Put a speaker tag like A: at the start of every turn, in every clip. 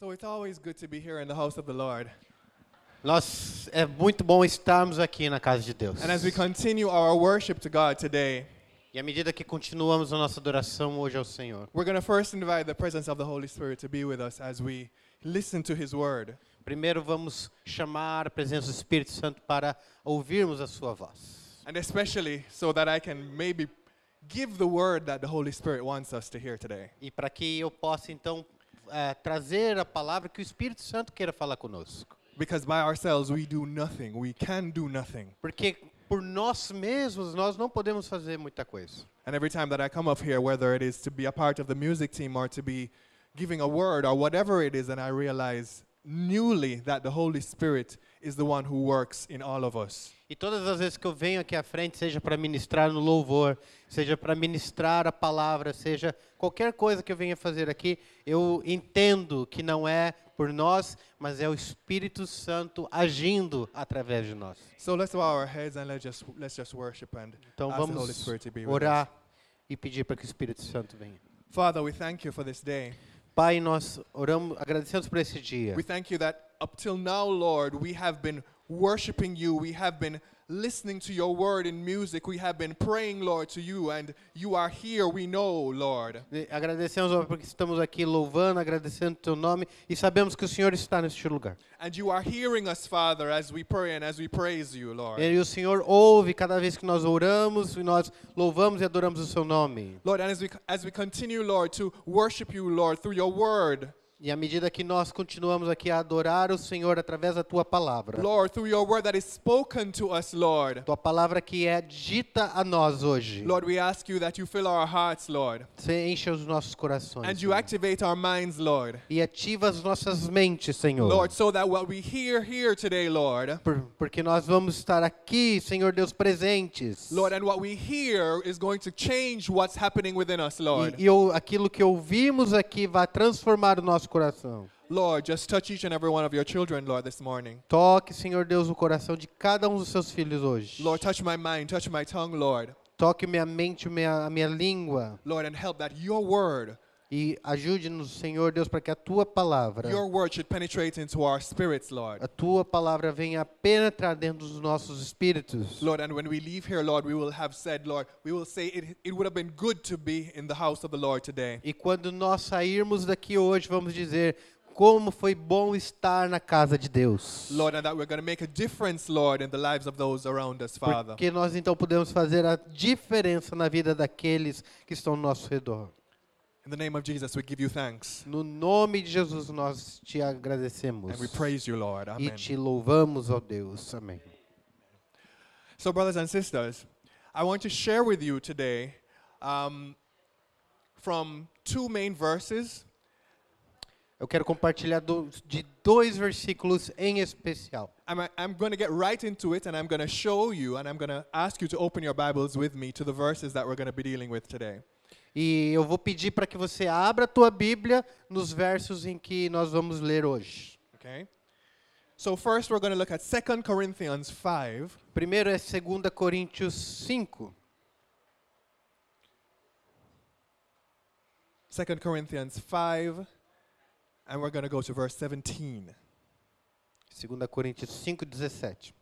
A: So it's always good to be here in the house of the Lord.
B: Nós é muito bom estarmos aqui na casa de Deus.
A: And as we continue our worship to God today,
B: E à medida que continuamos a nossa adoração hoje ao Senhor,
A: we're going to first invite the presence of the Holy Spirit to be with us as we listen to His Word.
B: primeiro vamos chamar a presença do Espírito Santo para ouvirmos a sua voz.
A: And especially so that I can maybe give the word that the Holy Spirit wants us to hear today.
B: E para que eu possa então eh, trazer a palavra que o Espírito Santo queira falar conosco.
A: Because by ourselves, we do nothing. We can do nothing.
B: Porque por nós mesmos nós não podemos fazer muita coisa.
A: And every time that I come up here, whether it is to be a part of the music team or to be giving a word or whatever it is, and I realize newly that the Holy Spirit is the one who works in all of us.
B: E todas as vezes que eu venho aqui à frente, seja para ministrar no louvor, seja para ministrar a palavra, seja qualquer coisa que eu venha fazer aqui, eu entendo que não é por nós, mas é o Espírito Santo agindo através de nós.
A: So let's bow our heads and let's just, let's just worship and
B: Então
A: ask the Holy
B: vamos
A: Spirit to be with us.
B: orar e pedir para que o Espírito Santo venha.
A: Father, we thank you for this day.
B: Pai, nós oramos, agradecemos por esse dia.
A: We thank you that up till now, Lord, we have been worshiping you. We have been listening to your word in music. We have been praying, Lord, to you, and you are here, we know, Lord.
B: E Agradecemos ó, porque estamos aqui louvando, agradecendo o teu nome e sabemos que o Senhor está neste lugar.
A: And you are hearing us, Father, as we pray and as we praise you, Lord.
B: E o Senhor ouve cada vez que nós oramos e nós louvamos e adoramos o seu nome.
A: Lord, and as we, as we continue, Lord, to worship you, Lord, through your word,
B: E à medida que nós continuamos aqui a adorar o Senhor através da tua palavra,
A: Lord, through your word that is spoken to us, Lord.
B: tua palavra que é dita a nós hoje,
A: Lord, we ask you that you fill our hearts, Lord,
B: você enche os nossos corações
A: and you
B: Senhor.
A: activate our minds, Lord.
B: e ativa as nossas mentes, Senhor.
A: Lord, so that what we hear here today, Lord,
B: Por- porque nós vamos estar aqui, Senhor Deus, presentes.
A: Lord, and what we hear is going to change what's happening within us,
B: e
A: Lord.
B: e o- aquilo que ouvimos aqui vai transformar o nosso coração.
A: Lord, just touch each and every one of your children, Lord, this morning.
B: Toque, Senhor Deus, o coração de cada um dos seus filhos hoje.
A: Lord, touch my mind, touch my tongue, Lord.
B: Toque minha mente, minha, a minha língua
A: Lord, and help that your word,
B: e ajude-nos, Senhor Deus, para que a tua palavra,
A: your word should penetrate into our spirits, Lord.
B: a tua palavra venha a penetrar dentro dos nossos espíritos.
A: Lord, and when we leave here, Lord, we will have said, Lord, we will say it, it would have been good to be in the house of the Lord today.
B: E quando nós sairmos daqui hoje, vamos dizer como foi bom estar na casa de Deus.
A: Lord, and that we're going to make a difference, Lord, in the lives of those around us, Father.
B: Porque nós então podemos fazer a diferença na vida daqueles que estão ao nosso redor.
A: In the name of Jesus, we give you thanks
B: No nome de Jesus nós te agradecemos
A: and we praise you, Lord.
B: e
A: Amen.
B: te louvamos, ó Deus. Amém.
A: So, brothers and sisters, I want to share with you today um, from two main verses.
B: Eu quero compartilhar do- de dois versículos em especial.
A: I'm, I'm going to get right into it and I'm going to show you and I'm going to ask you to open your Bibles with me to the verses that we're going to be dealing with today.
B: E eu vou pedir para que você abra a tua Bíblia nos versos em que nós vamos ler hoje.
A: Okay? So, first we're going to look at 2 Corinthians 5,
B: Primeiro é 2 Coríntios 5.
A: 2 Corinthians 5, and we're going to go to verse 17.
B: 2 Coríntios 5, 17.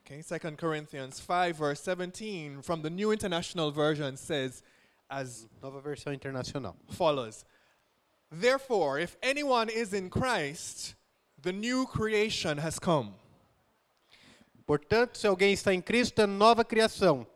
A: Okay, 2 Corinthians 5, verse 17 from the New International Version says, as
B: Nova versão internacional.
A: follows Therefore, if anyone is in Christ, the new creation has come.
B: Portanto, se alguém está em Cristo, é nova criação.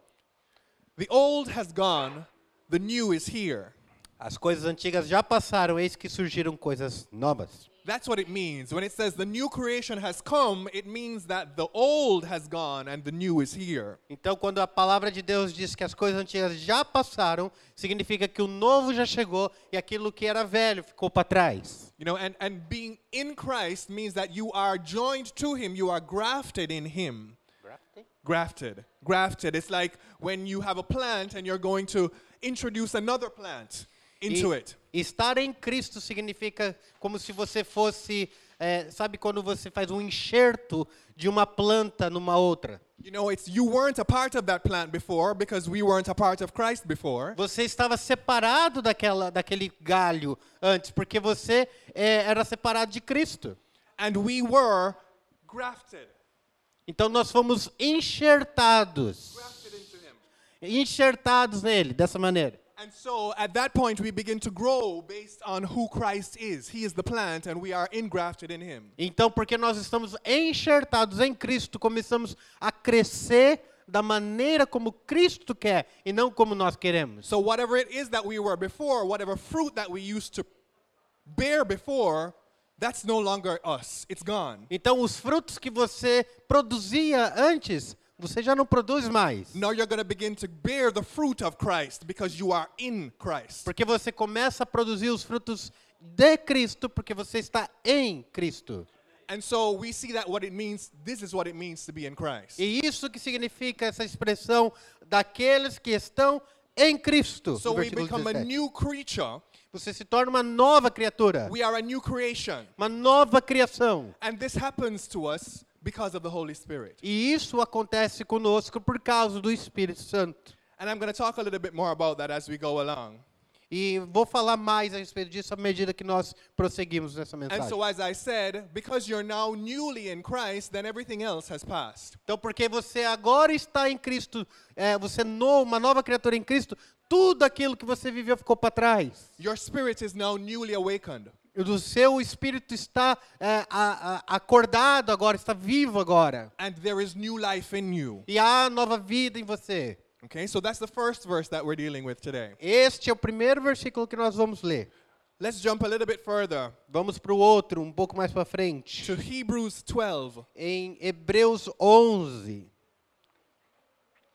A: The old has gone, the new is here.
B: As coisas antigas já passaram, eis que surgiram coisas novas.
A: That's what it means. When it says the new creation has come, it means that the old has gone and the new is here.
B: Então, quando a palavra de Deus diz que as coisas antigas já passaram, significa que o novo já chegou e aquilo que era velho ficou para trás.
A: You know, and, and being in Christ means that you are joined to Him, you are grafted in Him. Grafted. Grafted. It's like when you have a plant and you're going to introduce another plant into
B: E
A: it.
B: estar em Cristo significa como se você fosse é, sabe quando você faz um enxerto de uma planta numa outra?
A: You know, it's you weren't a part of that plant before because we weren't a part of Christ before.
B: Você estava separado daquela, daquele galho antes, porque você é, era separado de Cristo.
A: And we were grafted.
B: Então nós fomos enxertados,
A: Grafted into him.
B: enxertados nele, dessa maneira.
A: And so at that point we begin to grow based on who Christ is. He is the plant and we are ingrafted in him.
B: Então, porque nós estamos enxertados em Cristo, começamos a crescer da maneira como Cristo quer e não como nós queremos.
A: So whatever it is that we were before, whatever fruit that we used to bear before, that's no longer us. It's gone.
B: Então, os frutos que você produzia antes, você já não produz mais.
A: Now you're going to begin to bear the fruit of Christ because you are in Christ.
B: Porque você começa a produzir os frutos de Cristo, porque você está em Cristo.
A: And so we see that what it means, this is what it means to be in Christ.
B: E isso que significa essa expressão daqueles que estão em Cristo.
A: So
B: no
A: we
B: versículo
A: become a
B: 17.
A: new creature.
B: Você se torna uma nova criatura,
A: We are a new creation.
B: uma nova criação.
A: And this happens to us because of the Holy Spirit.
B: E isso acontece conosco por causa do Espírito Santo.
A: And I'm going to talk a little bit more about that as we go along.
B: E vou falar mais a respeito disso à medida que nós prosseguimos nessa
A: And
B: mensagem.
A: so, as I said, because you're now newly in Christ, then everything else has passed.
B: Então, porque você agora está em Cristo, é, você é novo, uma nova criatura em Cristo, tudo aquilo que você viveu ficou para trás.
A: Your spirit is now newly awakened.
B: E O seu espírito está é, a- a- acordado agora, está vivo agora.
A: And there is new life in you.
B: E há nova vida em você.
A: Okay, so that's the first verse that we're dealing with today.
B: Este é o primeiro versículo que nós vamos ler.
A: Let's jump a little bit further
B: Vamos para o outro, um pouco mais para frente.
A: to Hebrews 12.
B: Em Hebreus 11,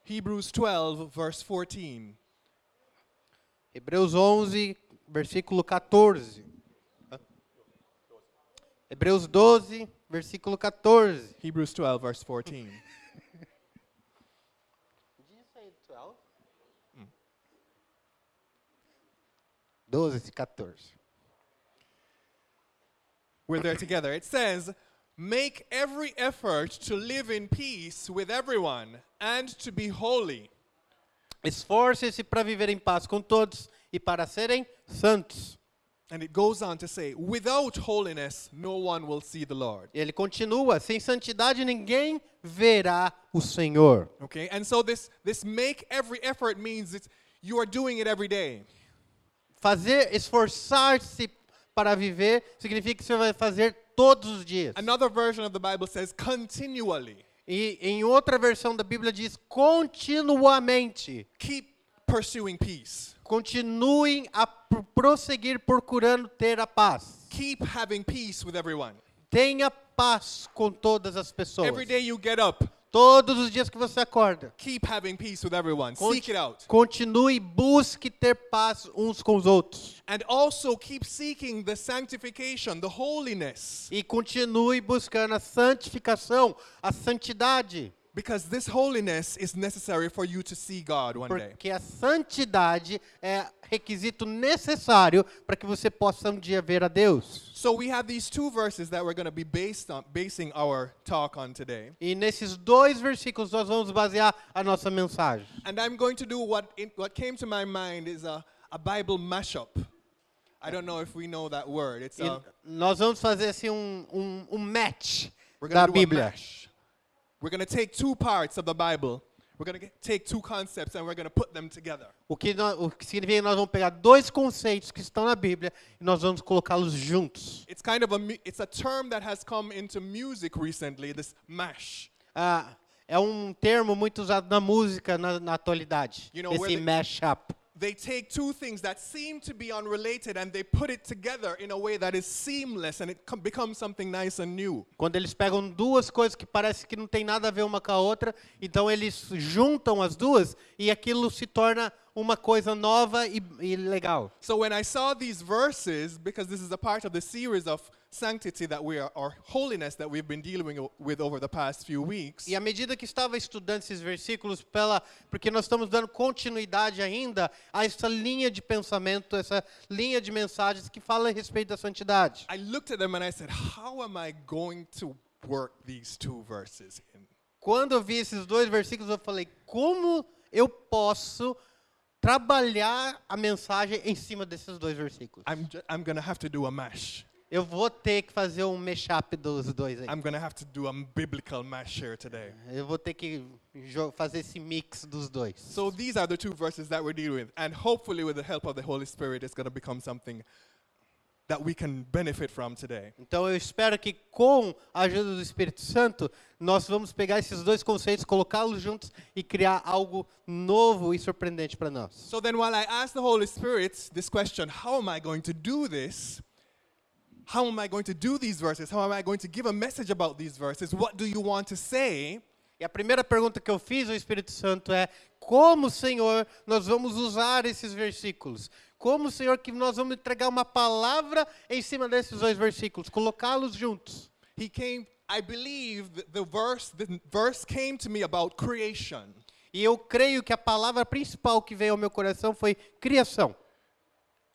A: Hebrews 12, verse 14.
B: Hebreus 11, versículo 14. Hã? Hebreus 12, versículo 14.
A: Hebrews 12, verse 14.
B: Hum. 12 e 14.
A: We're there together. It says, Make every effort to live in peace with everyone and to be holy.
B: Esforce-se para viver em paz com todos e para serem santos.
A: And it goes on to say, Without holiness, no one will see the Lord.
B: Ele continua: sem santidade ninguém verá o Senhor.
A: Okay, and so this, this make every effort means it's, you are doing it every day.
B: Fazer, esforçar-se para viver significa que você vai fazer todos os dias.
A: Another version of the Bible says, continually.
B: E em outra versão da Bíblia diz continuamente.
A: Keep pursuing peace.
B: Continuem a pr- prosseguir procurando ter a paz.
A: Keep having peace with everyone.
B: Tenha paz com todas as pessoas.
A: Every day you get up,
B: Todos os dias que você acorda.
A: keep having peace with everyone.
B: Conti-
A: Seek it out.
B: Continue e busque ter paz uns com os outros.
A: And also keep seeking the sanctification, the holiness.
B: E continue buscando a santificação, a santidade.
A: Because this holiness is necessary for you to see God one day.
B: Porque a santidade é requisito necessário para que você possa um dia ver a Deus.
A: So we have these two verses that we're going to be based on, basing our talk on today.
B: E nesses dois versículos nós vamos basear a nossa mensagem.
A: And I'm going to do what, it, what came to my mind is a, a Bible mashup. I don't know if we know that word. It's
B: E
A: a,
B: nós vamos fazer assim um, um, um match
A: we're
B: da
A: going to do a
B: Bíblia.
A: mash. We're going to take two parts of the Bible. We're going to take two concepts and we're going to put them together.
B: O que, nó- o que significa que nós vamos pegar dois conceitos que estão na Bíblia e nós vamos colocá-los juntos.
A: It's kind of a mu- it's a term that has come into music recently. This mash.
B: Ah, é um termo muito usado na música na, na atualidade.
A: You know,
B: esse
A: where the-
B: mashup.
A: They take two things that seem to be unrelated and they put it together in a way that is seamless and it com- becomes something nice and new.
B: Quando eles pegam duas coisas que parece que não tem nada a ver uma com a outra, então eles juntam as duas e aquilo se torna uma coisa nova e- e legal.
A: So when I saw these verses, because this is a part of the series of sanctity that we are, or holiness that we've been dealing o- with over the past few weeks,
B: E à medida que estava estudando esses versículos, pela, porque nós estamos dando continuidade ainda a essa linha de pensamento, essa linha de mensagens que fala a respeito da santidade.
A: I looked at them and I said, How am I going to work these two verses in?
B: Quando eu vi esses dois versículos, eu falei: como eu posso trabalhar a mensagem em cima desses dois versículos?
A: I'm, ju- I'm going to have to do a mash.
B: Eu vou ter que fazer um mashup dos dois aí.
A: I'm going to have to do a biblical mash here today.
B: Eu vou ter que jo- fazer esse mix dos dois.
A: So these are the two verses that we're dealing with. And hopefully, with the help of the Holy Spirit, it's going to become something that we can benefit from today.
B: Então eu espero que com a ajuda do Espírito Santo nós vamos pegar esses dois conceitos, colocá-los juntos e criar algo novo e surpreendente para nós.
A: So then, while I ask the Holy Spirit this question, how am I going to do this? How am I going to do these verses? How am I going to give a message about these verses? What do you want to say?
B: E a primeira pergunta que eu fiz ao Espírito Santo é: como, Senhor, nós vamos usar esses versículos? Como, Senhor, que nós vamos entregar uma palavra em cima desses dois versículos, colocá-los juntos?
A: He came, I believe th- the verse, the verse came to me about creation.
B: E eu creio que a palavra principal que veio ao meu coração foi criação.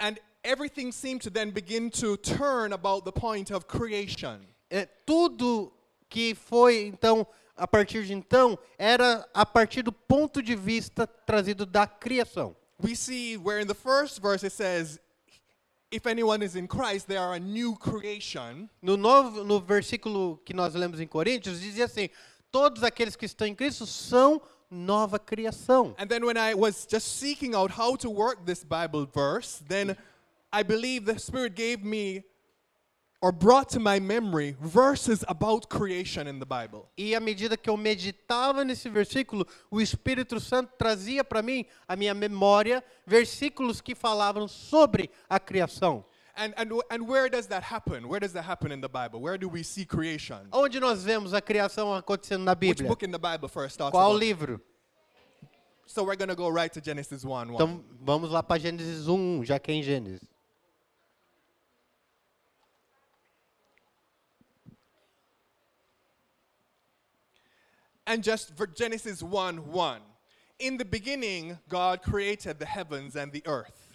A: And everything seemed to then begin to turn about the point of creation.
B: é, tudo que foi então a partir de então era a partir do ponto de vista trazido da criação.
A: We see where in the first verse it says, if anyone is in Christ, they are a new creation.
B: No novo, no versículo que nós lemos em Coríntios dizia assim: todos aqueles que estão em Cristo são nova criação.
A: And then when I was just seeking out how to work this Bible verse, then I believe the Spirit gave me or brought to my memory verses about creation in the Bible.
B: E à medida que eu meditava nesse versículo, o Espírito Santo trazia para mim, a minha memória, versículos que falavam sobre a criação.
A: And, and, wh- and where does that happen? Where does that happen in the Bible? Where do we see creation?
B: Onde nós vemos a criação acontecendo na
A: Which
B: Bíblia?
A: book in the Bible first talks
B: Qual
A: about it?
B: livro?
A: So we're going to go right to Genesis 1 1.
B: Então vamos lá para Gênesis 1, já que é em Gênesis.
A: And just for Genesis 1 1. In the beginning, God created the heavens and the earth.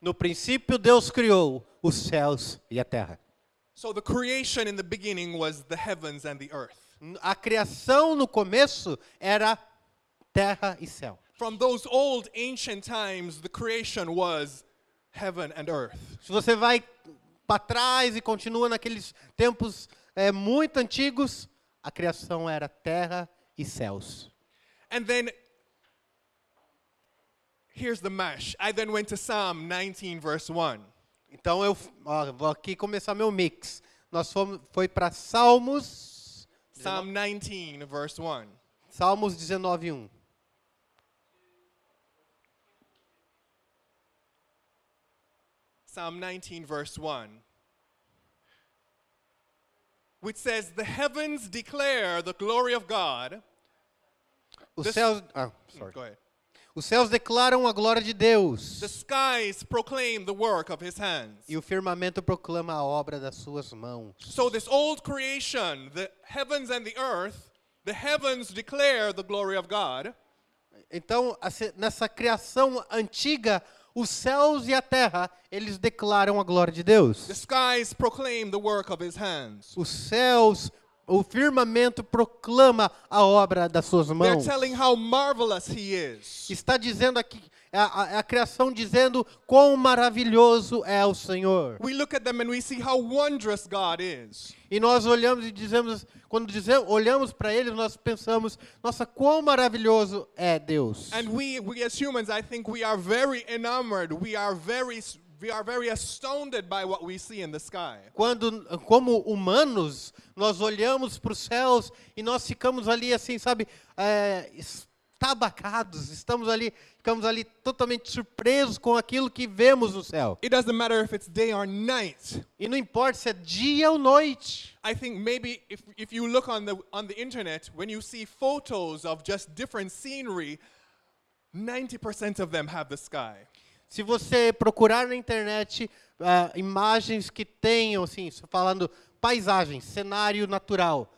B: No princípio, Deus criou os céus e a terra.
A: So the creation in the beginning was the heavens and the earth.
B: N- A criação no começo era terra e céu.
A: From those old ancient times, the creation was heaven and earth.
B: Se você vai para trás e continua naqueles tempos é, muito antigos, a criação era terra e céus.
A: And then here's the mash. I then went to Psalm 19, verse 1.
B: Então eu f- ó, vou aqui começar meu mix. Nós fomos foi para Salmos,
A: Psalm 19, verse 1.
B: Salmos 19:1.
A: Psalm 19, verse 1, which says, The heavens declare the glory of God.
B: Os
A: This-
B: céus, ah, sorry.
A: Go ahead.
B: Os céus declaram a glória de Deus.
A: The skies proclaim the work of his hands.
B: E o firmamento proclama a obra das suas mãos.
A: So, this old creation, the heavens and the earth, the heavens declare the glory of God,
B: Então, assim, nessa criação antiga, os céus e a terra, eles declaram a glória de
A: the
B: Deus.
A: skies proclaim the work of his hands.
B: Os céus, o firmamento proclama a obra das suas
A: They're
B: mãos.
A: telling how marvelous he is.
B: Está dizendo aqui, a, a- a criação dizendo quão maravilhoso é o Senhor.
A: We look at them and we see how wondrous God is.
B: E nós olhamos e dizemos, quando dizemos, olhamos para ele, nós pensamos, nossa, quão maravilhoso é Deus.
A: And we, we as humans, I think we are very enamored. We are very, s- we are very astounded by what we see in the sky.
B: Quando, como humanos, nós olhamos para os céus e nós ficamos ali assim, sabe, é, estabacados, estamos ali, ficamos ali totalmente surpresos com aquilo que vemos no céu.
A: It doesn't matter if it's day or night.
B: E não importa se é dia ou noite.
A: I think maybe if, if you look on the, on the internet, when you see photos of just different scenery, 90% of them have the sky.
B: Se você procurar na internet ah, imagens que tenham, assim, só falando paisagem, cenário natural,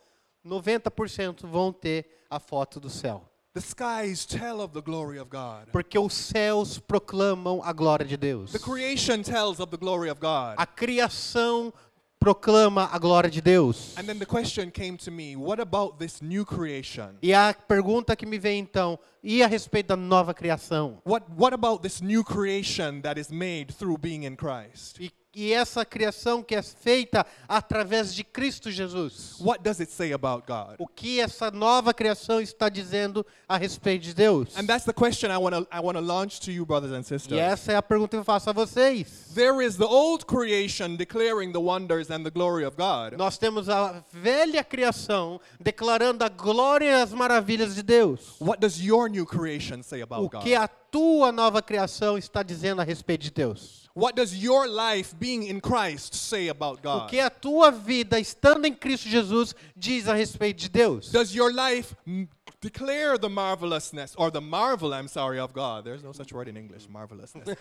B: 90% vão ter a foto do céu.
A: The skies tell of the glory of God.
B: Porque os céus proclamam a glória de Deus.
A: The creation tells of the glory of God.
B: A criação proclama a glória de Deus.
A: And then the question came to me what about this new creation?
B: E a pergunta que me vem então, e a respeito da nova criação?
A: What, what about this new creation that is made through being in Christ?
B: E, e essa criação que é feita através de Cristo Jesus?
A: What does it say about God?
B: O que essa nova criação está dizendo a respeito de Deus?
A: And that's the question I want to I want to launch to you brothers and
B: E
A: sisters.
B: essa é a pergunta que eu faço a vocês.
A: There is the old creation declaring the wonders and the glory of God.
B: Nós temos a velha criação declarando a glória e as maravilhas de Deus.
A: What does your new creation say about
B: O que
A: God?
B: a tua nova criação está dizendo a respeito de Deus?
A: What does your life being in Christ say about
B: O
A: God?
B: que a tua vida estando em Cristo Jesus diz a respeito de Deus?
A: Does your life m- declare the marvelousness or the marvel, I'm sorry, of God? There's no such word in English, marvelousness.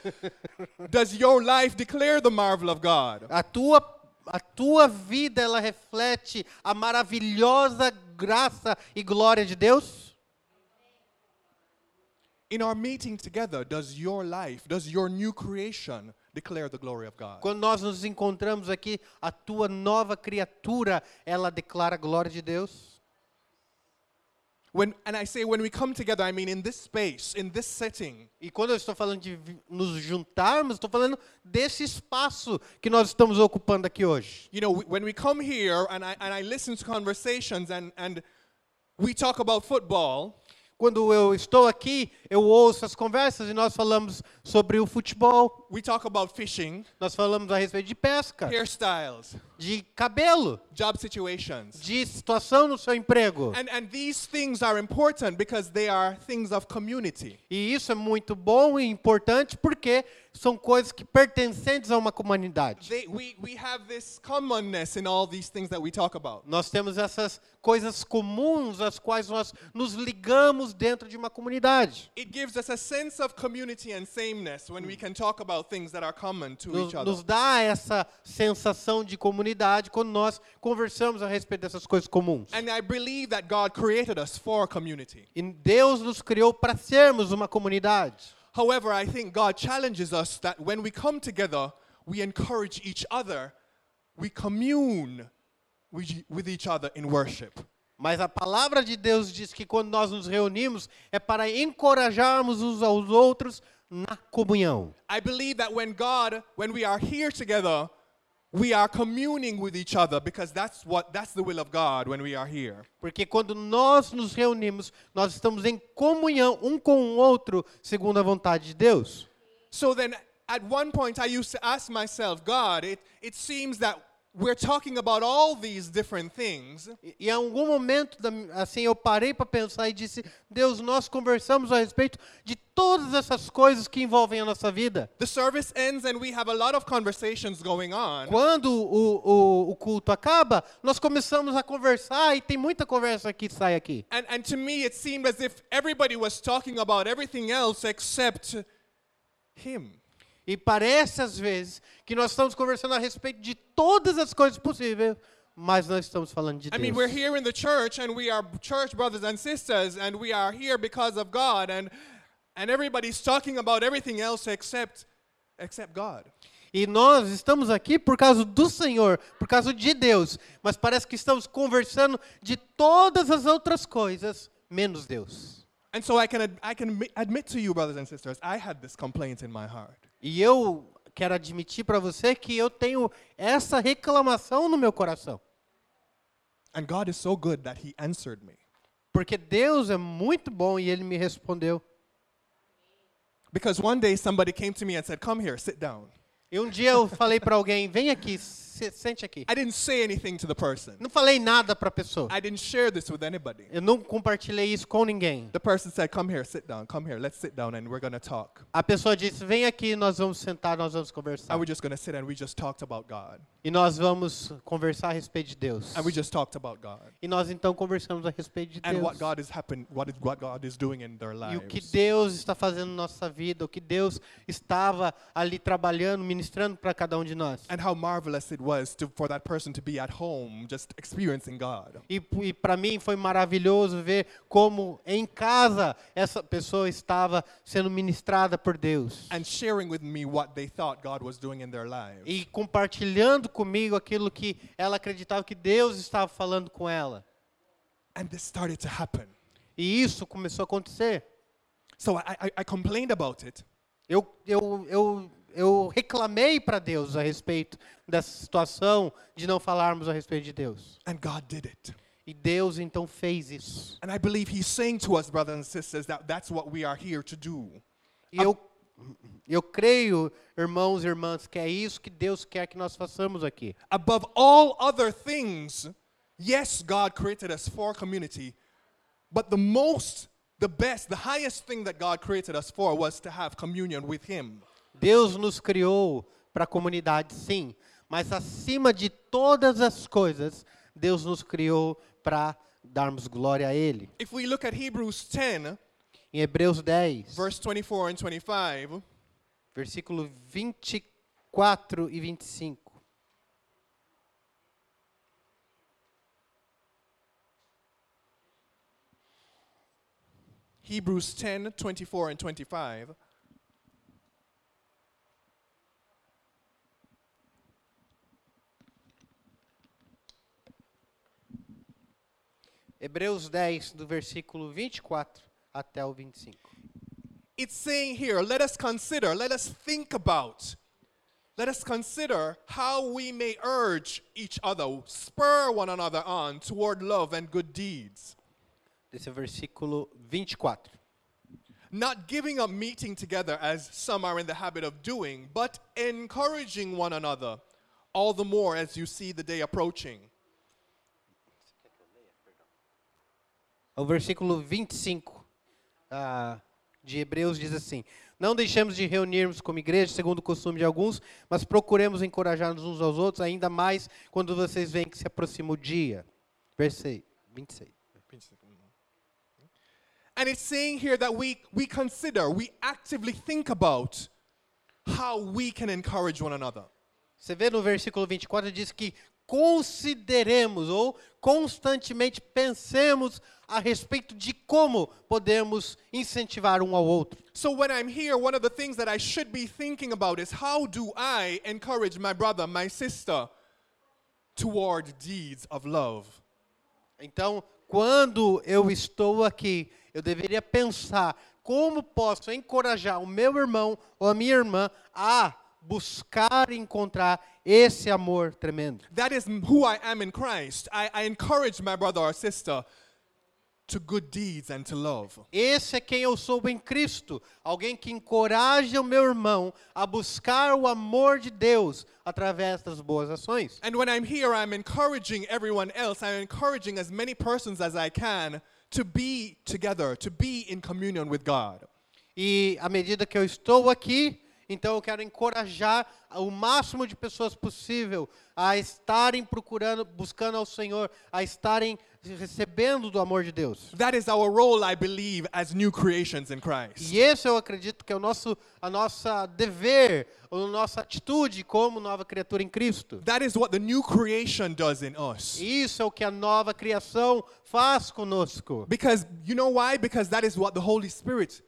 A: does your life declare the marvel of God?
B: A tua a tua vida ela reflete a maravilhosa graça e glória de Deus?
A: In our meeting together, does your life, does your new creation declare the glory of God?
B: Quando nós nos encontramos aqui, a tua nova criatura, ela declara a glória de Deus?
A: When, and I say when we come together, I mean in this space, in this setting.
B: E quando eu estou falando de vi- nos juntarmos, estou falando desse espaço que nós estamos ocupando aqui hoje.
A: You know, we, when we come here and I, and I listen to conversations and, and we talk about football,
B: Quando eu estou aqui, eu ouço as conversas e nós falamos sobre o futebol,
A: we talk about fishing,
B: nós falamos a respeito de pesca,
A: hairstyles,
B: de cabelo,
A: job situations.
B: de situação no seu emprego.
A: And, and these things are important because they are things of community.
B: E isso é muito bom e importante porque são coisas que pertencentes a uma comunidade.
A: They, we, we have this commonness in all these things that we talk about.
B: Nós temos essas coisas comuns às quais nós nos ligamos dentro de uma comunidade.
A: It gives us a sense of community and sameness when we can talk about things that are common to
B: Nos,
A: each other.
B: nos dá essa sensação de comunidade quando nós conversamos a respeito dessas coisas comuns.
A: And I believe that God created us for community.
B: E Deus nos criou para sermos uma comunidade.
A: However, I think God challenges us that when we come together, we encourage each other, we commune with, with each other in worship.
B: Mas a palavra de Deus diz que quando nós nos reunimos é para encorajarmos uns aos outros na comunhão.
A: I believe that when God, when we are here together, we are communing with each other because that's what that's the will of God when we are here.
B: Porque quando nós nos reunimos, nós estamos em comunhão um com o outro, segundo a vontade de Deus.
A: So then at one point I used to ask myself, God, it, it seems that we're talking about all these different things,
B: E, e em algum momento, da mi- assim, eu parei para pensar e disse: Deus, nós conversamos a respeito de todas essas coisas que envolvem a nossa vida.
A: the service ends and we have a lot of conversations going on.
B: Quando o, o, o culto acaba, nós começamos a conversar e tem muita conversa que sai aqui.
A: And, and to me, it seemed as if everybody was talking about everything else except Him.
B: E parece às vezes que nós estamos conversando a respeito de todas as coisas possíveis, mas não estamos falando de
A: I
B: Deus.
A: mean, we're here in the church, and we are church brothers and sisters, and we are here because of God, and and everybody's talking about everything else except except God.
B: E nós estamos aqui por causa do Senhor, por causa de Deus. Mas parece que estamos conversando de todas as outras coisas, menos Deus.
A: And so I can ad- I can mi- admit to you, brothers and sisters, I had this complaint in my heart.
B: E eu quero admitir para você que eu tenho essa reclamação no meu coração.
A: And God is so good that He answered me
B: Porque Deus é muito bom e ele me respondeu.
A: because one day somebody came to me and said, "Come here, sit down."
B: E um dia eu falei para alguém: vem aqui, se- sente aqui.
A: I didn't say anything to the person.
B: Não falei nada para a pessoa.
A: I didn't share this with anybody.
B: Eu não compartilhei isso com ninguém.
A: The person said, Come here, sit down, come here, let's sit down and we're gonna talk.
B: A pessoa disse: "Vem aqui, nós vamos sentar, nós vamos conversar".
A: And we're just gonna sit and we just talked about God.
B: E nós vamos conversar a respeito de Deus.
A: And we just talked about God.
B: E nós então conversamos a respeito de
A: And what
B: Deus.
A: God is happen what is what God is doing in their
B: E o que
A: lives.
B: Deus está fazendo na nossa vida, o que Deus estava ali trabalhando, ministrando para cada um de nós.
A: And how marvelous it was to, for that person to be at home just experiencing God.
B: E, e para mim foi maravilhoso ver como em casa essa pessoa estava sendo ministrada por Deus.
A: And sharing with me what they thought God was doing in their lives.
B: E compartilhando comigo aquilo que ela acreditava que Deus estava falando com ela.
A: And this started to happen.
B: E isso começou a acontecer.
A: So I, I, I complained about it.
B: Eu, eu, eu, eu reclamei para Deus a respeito dessa situação de não falarmos a respeito de Deus.
A: And God did it.
B: E Deus então fez isso.
A: And I believe He's saying to us, brothers and sisters, that that's what we are here to do.
B: E eu, eu creio, irmãos e irmãs, que é isso que Deus quer que nós façamos aqui.
A: Above all other things, yes, God created us for community, but the most, the best, the highest thing that God created us for was to have communion with Him.
B: Deus nos criou para a comunidade, sim, mas acima de todas as coisas, Deus nos criou para darmos glória a Ele.
A: If we look at Hebrews 10,
B: Em Hebreus 10,
A: verse 24 and 25,
B: versículo 24 e 25.
A: Hebrews 10, 24 and 25.
B: Hebreus 10, do versículo 24 até o 25.
A: it's saying here, let us consider, let us think about, let us consider how we may urge each other, spur one another on toward love and good deeds,
B: Desse é versículo 24.
A: not giving up meeting together as some are in the habit of doing, but encouraging one another, all the more as you see the day approaching.
B: É O versículo 25 ah, de Hebreus diz assim: Não deixemos de reunirmos como igreja, segundo o costume de alguns, mas procuremos encorajar-nos uns aos outros, ainda mais quando vocês veem que se aproxima o dia. Versículo 26.
A: And it's saying here that we, we consider, we actively think about how we can encourage one another.
B: Você vê no versículo 24 diz que consideremos ou constantemente pensemos a respeito de como podemos incentivar um ao outro.
A: So when I'm here, one of the things that I should be thinking about is how do I encourage my brother, my sister toward deeds of love?
B: Então, quando eu estou aqui, eu deveria pensar como posso encorajar o meu irmão ou a minha irmã a buscar e encontrar esse amor tremendo.
A: That is m- who I am in Christ. I, I encourage my brother or sister to good deeds and to love.
B: Esse é quem eu sou em Cristo, alguém que encoraja o meu irmão a buscar o amor de Deus através das boas ações.
A: And when I'm here, I'm encouraging everyone else. I'm encouraging as many persons as I can to be together, to be in communion with God.
B: E à medida que eu estou aqui, então eu quero encorajar o máximo de pessoas possível a estarem procurando, buscando ao Senhor, a estarem recebendo do amor de Deus.
A: That is our role, I believe, as new creations in Christ.
B: E esse eu acredito que é o nosso a nossa dever, a nossa atitude como nova criatura em Cristo.
A: That is what the new creation does in us.
B: Isso é o que a nova criação faz conosco.
A: Because you know why? Because that is what the Holy Spirit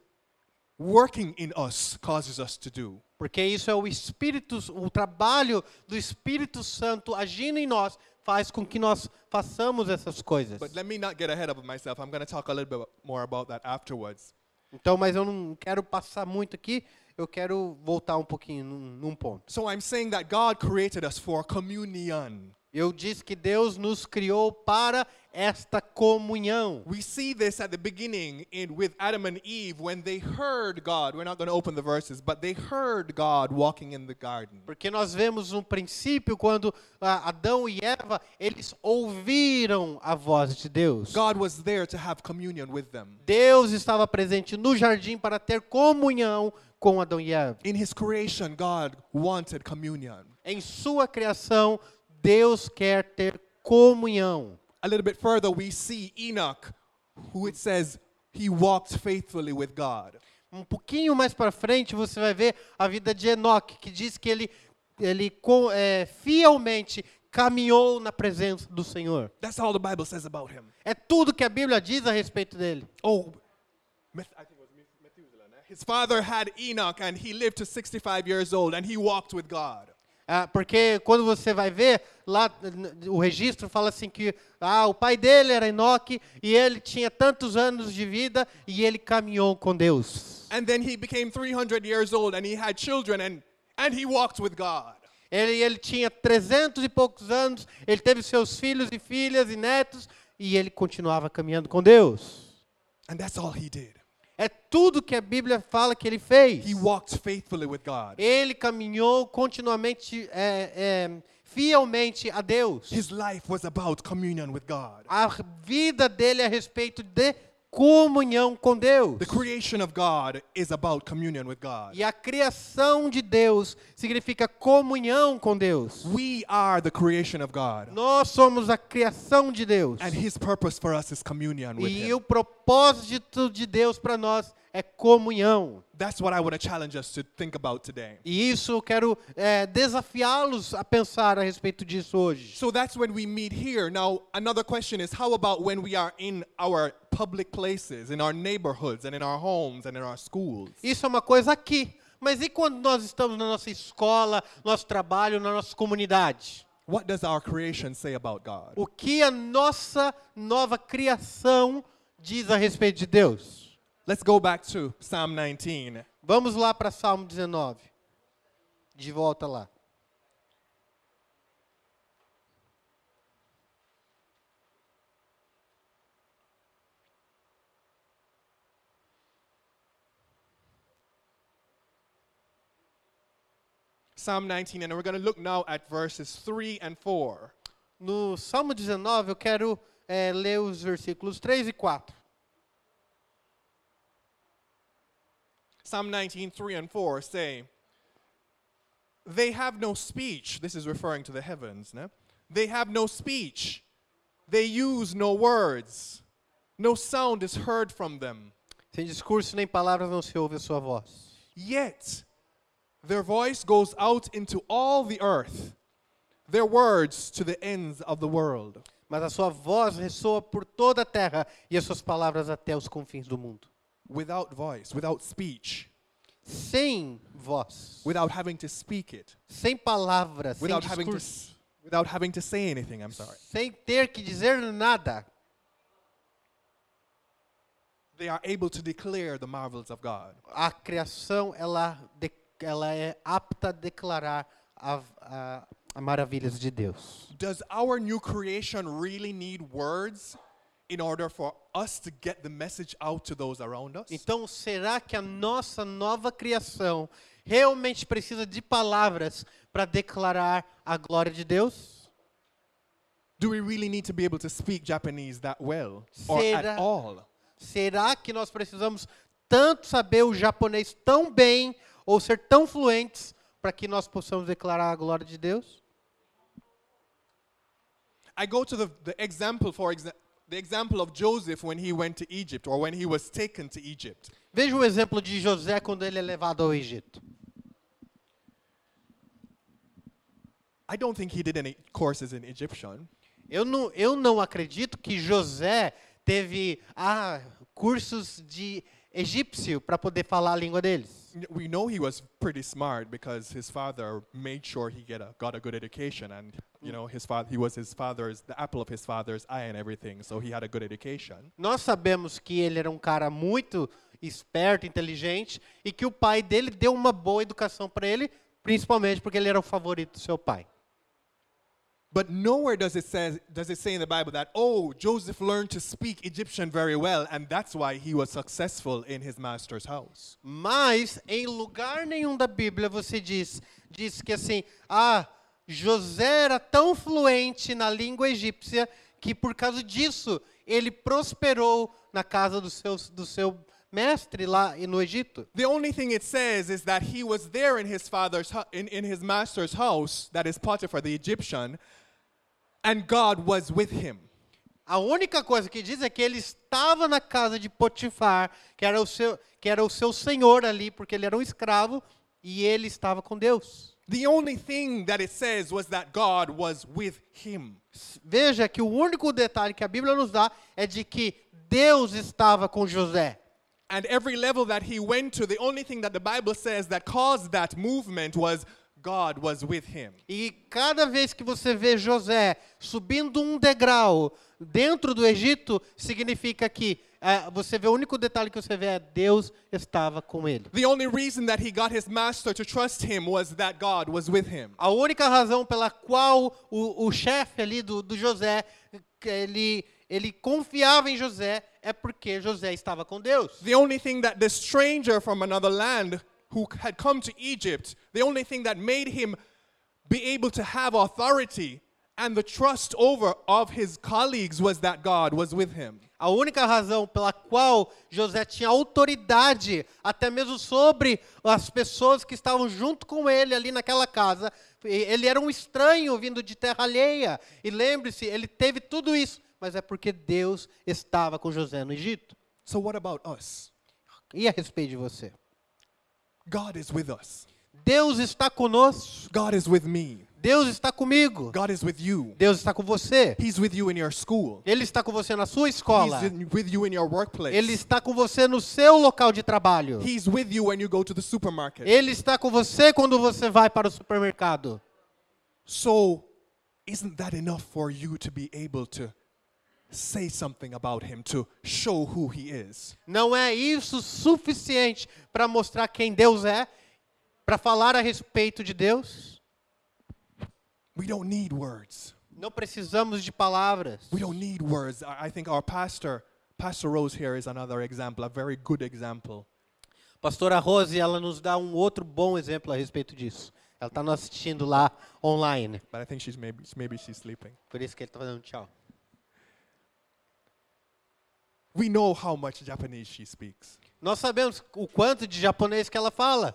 A: working in us causes us to do.
B: Porque isso é o Espírito, o trabalho do Espírito Santo agindo em nós, faz com que nós façamos essas coisas.
A: But let me not get ahead of myself. I'm going to talk a little bit more about that afterwards.
B: Então, mas eu não quero passar muito aqui, eu quero voltar um pouquinho num, num ponto.
A: So I'm saying that God created us for communion.
B: Eu disse que Deus nos criou para esta comunhão.
A: We see this at the beginning in, with Adam and Eve when they heard God. We're not going to open the verses, but they heard God walking in the garden.
B: Porque nós vemos no princípio quando ah, Adão e Eva, eles ouviram a voz de Deus.
A: God was there to have communion with them.
B: Deus estava presente no jardim para ter comunhão com Adão e Eva.
A: In his creation, God wanted communion.
B: Em sua criação, Deus quer ter comunhão.
A: A little bit further, we see Enoch, who it says he walked faithfully with God.
B: Um pouquinho mais para frente você vai ver a vida de Enoque, que diz que ele, ele co- é, fielmente caminhou na presença do Senhor.
A: That's all the Bible says about him.
B: É tudo que a Bíblia diz a respeito dele.
A: Oh, Meth- I think it was Meth- Methuselah. no? His father had Enoch, and he lived to 65 years old, and he walked with God.
B: Ah, porque quando você vai ver, lá n- o registro fala assim que ah, o pai dele era Enoque e ele tinha tantos anos de vida e ele caminhou com Deus.
A: And then he became 300 years old, and he had children, and, and he walked with God.
B: Ele, ele tinha 300 e poucos anos, ele teve seus filhos e filhas e netos e ele continuava caminhando com Deus.
A: And that's all he did.
B: É tudo que a Bíblia fala que ele fez.
A: He walked faithfully with God.
B: Ele caminhou continuamente, é, é, fielmente a Deus.
A: His life was about communion with God.
B: A vida dele é a respeito de comunhão com Deus.
A: The creation of God is about communion with God.
B: E a criação de Deus significa comunhão com Deus.
A: We are the creation of God,
B: Nós somos a criação de Deus.
A: and His purpose for us is communion with
B: E
A: Him.
B: o propósito de Deus para nós é comunhão.
A: That's what I want to challenge us to think about today.
B: E isso eu quero é, desafiá-los a pensar a respeito disso hoje.
A: So that's when we meet here. Now, another question is how about when we are in our public places, in our neighborhoods, and in our homes, and in our schools?
B: Isso é uma coisa aqui. Mas e quando nós estamos na nossa escola, nosso trabalho, na nossa comunidade?
A: What does our creation say about God?
B: O que a nossa nova criação diz a respeito de Deus?
A: Let's go back to Psalm 19.
B: Vamos lá para Salmo 19. De volta lá.
A: Psalm 19, and we're going to look now at verses 3 and 4.
B: No Salmo 19, eu quero é, ler os versículos 3 e 4.
A: Psalm 19, 3 and 4 say, They have no speech. This is referring to the heavens. No? They have no speech. They use no words. No sound is heard from them.
B: Sem discurso nem palavras não se ouve a sua voz.
A: Yet their voice goes out into all the earth, their words to the ends of the world.
B: Mas a sua voz ressoa por toda a terra e as suas palavras até os confins do mundo.
A: Without voice, without speech,
B: Sem voz,
A: without having to speak it,
B: sem palavras, sem
A: without having to,
B: discurso,
A: s- without having to say anything. I'm sorry.
B: sem ter que dizer nada.
A: They are able to declare the marvels of God.
B: A criação ela, de- ela é apta a declarar a, a, a maravilhas de Deus.
A: Does our new creation really need words in order for us to get the message out to those around us?
B: Então, será que a nossa nova criação realmente precisa de palavras para declarar a glória de Deus?
A: Do we really need to be able to speak Japanese that well or
B: Será-
A: at all?
B: Será que nós precisamos tanto saber o japonês tão bem ou ser tão fluentes para que nós possamos declarar a glória de Deus?
A: I go to the, the example for exa- the example of Joseph when he went to Egypt or when he was taken to Egypt.
B: Veja o exemplo de José quando ele é levado ao Egito.
A: I don't think he did any courses in Egyptian.
B: Eu não, eu não acredito que José teve ah, cursos de egípcio para poder falar a língua deles.
A: N- We know he was pretty smart because his father made sure he get a, got a good education and you know his father he was his father's the apple of his father's eye and everything so he had a good education.
B: Nós sabemos que ele era um cara muito esperto, inteligente e que o pai dele deu uma boa educação para ele, principalmente porque ele era o favorito do seu pai.
A: But nowhere does it, says, does it say in the Bible that, oh, Joseph learned to speak Egyptian very well, and that's why he was successful in his master's house.
B: Mas em lugar nenhum da Bíblia você diz, diz que assim, ah, José era tão fluente na língua egípcia que por causa disso ele prosperou na casa do seu, do seu mestre lá e- no Egito.
A: The only thing it says is that he was there in his father's hu- in, in his master's house, that is Potiphar the Egyptian, and God was with him.
B: A única coisa que diz é que ele estava na casa de Potifar, que era o seu, que era o seu senhor ali, porque ele era um escravo e ele estava com Deus.
A: The only thing that it says was that God was with him.
B: Veja que o único detalhe que a Bíblia nos dá é de que Deus estava com José.
A: And every level that he went to, the only thing that the Bible says that caused that movement was God was with him.
B: E cada vez que você vê José subindo um degrau dentro do Egito, significa que ah, você vê o único detalhe que você vê é Deus estava com ele.
A: The only reason that he got his master to trust him was that God was with him.
B: A única razão pela qual o, o chefe ali do, do José, que ele, ele confiava em José, é porque José estava com Deus.
A: The only thing that the stranger from another land who had come to Egypt, the only thing that made him be able to have authority and the trust over of his colleagues was that God was with him.
B: A única razão pela qual José tinha autoridade, até mesmo sobre as pessoas que estavam junto com ele ali naquela casa, e- ele era um estranho vindo de terra alheia. E lembre-se, ele teve tudo isso, mas é porque Deus estava com José no Egito.
A: So, what about us?
B: E a respeito de você?
A: God is with us.
B: Deus está conosco,
A: God is with me.
B: Deus está comigo,
A: God is with you.
B: Deus está com você.
A: He's with you in your school.
B: Ele está com você na sua escola.
A: He's in- with you in your
B: Ele
A: workplace.
B: está com você no seu local de trabalho.
A: He's with you when you go to the supermarket.
B: Ele está com você quando você vai para o supermercado.
A: So, isn't that enough for you to be able to say something about him, to show who he is?
B: Não é isso suficiente para mostrar quem Deus é, para falar a respeito de Deus?
A: We don't need words.
B: Não precisamos de palavras.
A: We don't need words. I I think our pastor, Pastor Rose here, is another example, a very good example.
B: Pastora Rose, ela nos dá um outro bom exemplo a respeito disso. Ela está nos assistindo lá online,
A: But I think she's maybe, maybe she's sleeping.
B: por isso que ele está fazendo um tchau.
A: We know how much Japanese she speaks.
B: Nós sabemos o quanto de japonês que ela fala,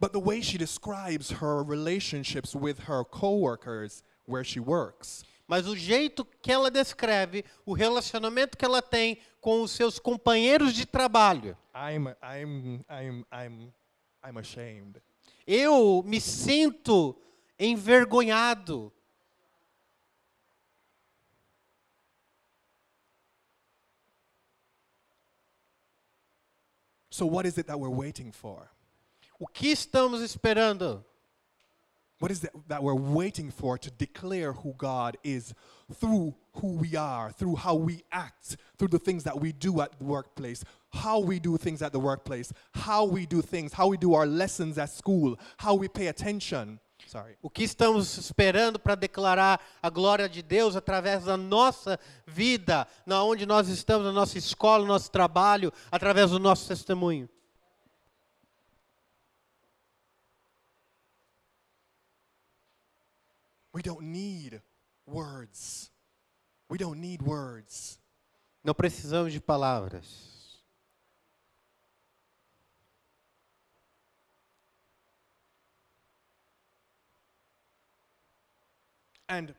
A: But the way she describes her relationships with her coworkers where she works,
B: mas o jeito que ela descreve, o relacionamento que ela tem com os seus companheiros de trabalho.
A: I'm I'm I'm I'm I'm ashamed.
B: Eu me sinto envergonhado
A: So what is it that we're waiting for?
B: O que estamos esperando?
A: What is it that we're waiting for to declare who God is through who we are, through how we act, through the things that we do at the workplace, how we do things at the workplace, how we do things, how we do our lessons at school, how we pay attention. Sorry.
B: O que estamos esperando para declarar a glória de Deus através da nossa vida, na onde nós estamos, na nossa escola, no nosso trabalho, através do nosso testemunho?
A: We don't need words. We don't need words.
B: Não precisamos de palavras.
A: And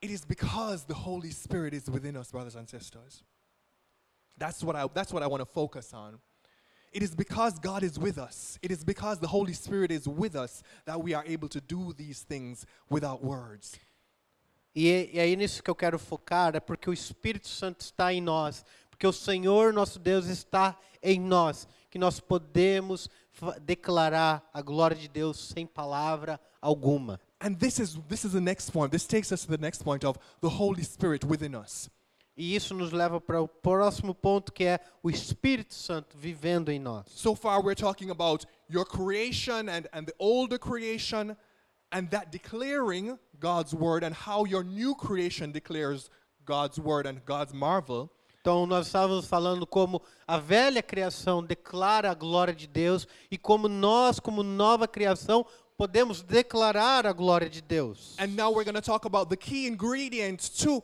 A: it is because the Holy Spirit is within us, brothers and sisters. That's what I, that's what I want to focus on. It is because God is with us, it is because the Holy Spirit is with us that we are able to do these things without words.
B: E, é- e aí nisso que eu quero focar é porque o Espírito Santo está em nós, porque o Senhor nosso Deus está em nós, que nós podemos fa- declarar a glória de Deus sem palavra alguma.
A: And this is, this is the next point. This takes us to the next point of the Holy Spirit within us.
B: E isso nos leva para o próximo ponto, que é o Espírito Santo vivendo em nós.
A: So far, we're talking about your creation and, and the older creation and that declaring God's word and how your new creation declares God's word and God's marvel
B: Então, nós estávamos falando como a velha criação declara a glória de Deus e como nós, como nova criação, podemos declarar a glória de Deus.
A: And now we're going to talk about the key ingredients to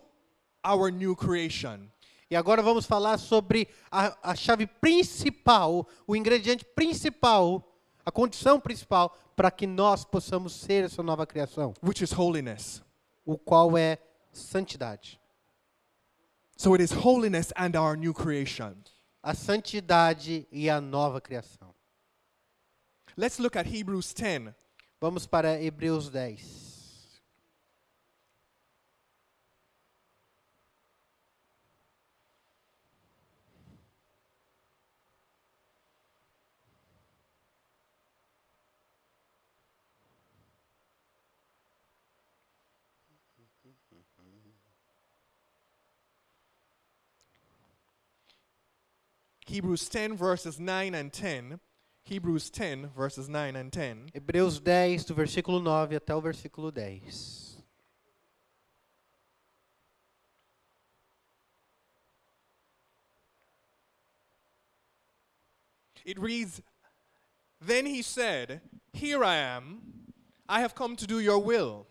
A: our new creation.
B: E agora vamos falar sobre a, a chave principal, o ingrediente principal, a condição principal para que nós possamos ser essa nova criação,
A: which is holiness.
B: o qual é santidade.
A: So it is holiness and our new creation.
B: A santidade e a nova criação.
A: Let's look at Hebrews 10.
B: Vamos para Hebreus 10.
A: Hebrews 10, verses 9 and 10. Hebrews 10, verses 9 and 10.
B: Hebreus 10, do versículo 9 até o versículo 10.
A: It reads Then he said, Here I am. I have come to do your will.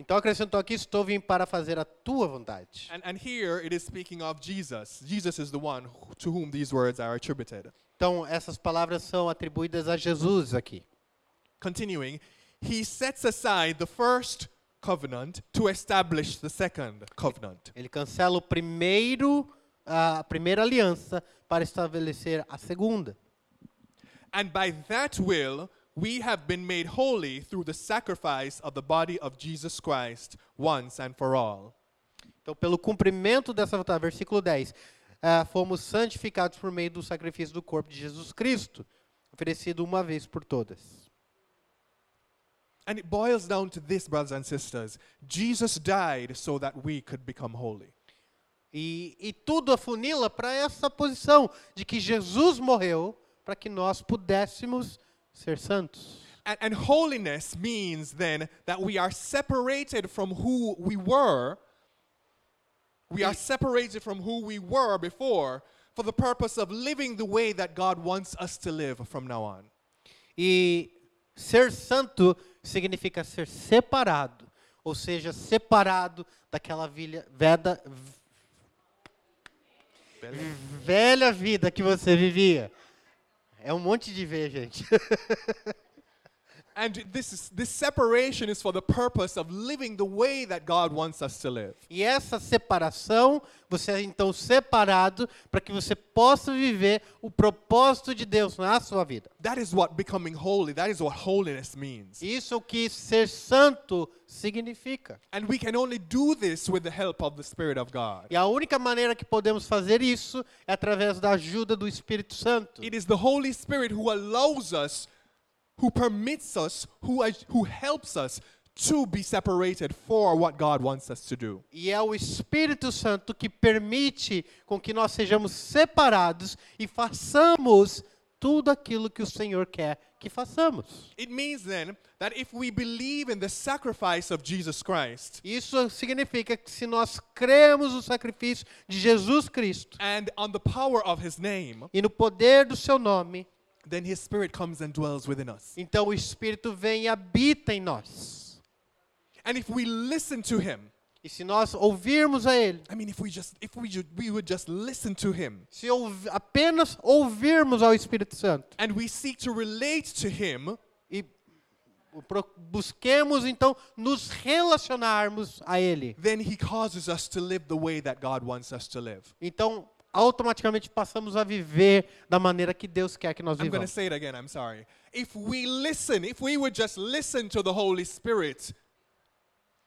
B: Então acrescentou aqui: Estou vim para fazer a tua vontade.
A: And, and here it is speaking of Jesus. Jesus is the one who- to whom these words are attributed.
B: Então, essas palavras são atribuídas a Jesus aqui.
A: Continuing, he sets aside the first covenant to establish the second covenant.
B: Ele cancela o primeiro, a primeira aliança para estabelecer a segunda.
A: And by that will, we have been made holy through the sacrifice of the body of Jesus Christ once and for all.
B: Então, pelo cumprimento dessa vontade, versículo 10, ah, fomos santificados por meio do sacrifício do corpo de Jesus Cristo, oferecido uma vez por todas.
A: And it boils down to this, brothers and sisters Jesus died so that we could become holy.
B: E, e tudo afunila para essa posição de que Jesus morreu para que nós pudéssemos ser santos.
A: And, and holiness means then that we are separated from who we were. We are separated from who we were before for the purpose of living the way that God wants us to live from now on.
B: E ser santo significa ser separado, ou seja, separado daquela vilha, veda, velha vida que você vivia. É um monte de ver, gente.
A: And this, is, this separation is for the purpose of living the way that God wants us to live.
B: E essa separação, você é então separado para que você possa viver o propósito de Deus na sua vida.
A: That is what becoming holy, that is what holiness means.
B: Isso é o que ser santo significa.
A: And we can only do this with the help of the Spirit of God.
B: E a única maneira que podemos fazer isso é através da ajuda do Espírito Santo.
A: It is the Holy Spirit who allows us, who permits us, who, a- who helps us to be separated for what God wants us to do.
B: E é o Espírito Santo que permite com que nós sejamos separados e façamos tudo aquilo que o Senhor quer que façamos.
A: It means then that if we believe in the sacrifice of Jesus Christ
B: Isso significa que se nós cremos no sacrifício de Jesus Cristo
A: and on the power of his name,
B: e no poder do seu nome,
A: then his Spirit comes and dwells within us.
B: então o Espírito vem e habita em nós.
A: And if we listen to him,
B: E se nós ouvirmos a Ele,
A: I mean, if we just, if we, ju- we would just listen to him
B: se ouv- apenas ouvirmos ao Espírito Santo
A: and we seek to relate to him,
B: e o pro- busquemos então nos relacionarmos a Ele,
A: then he causes us to live the way that God wants us to live.
B: então automaticamente passamos a viver da maneira que Deus quer que nós
A: I'm going to
B: vivamos.
A: say it again, I'm sorry. If we listen, if we would just listen to the Holy Spirit,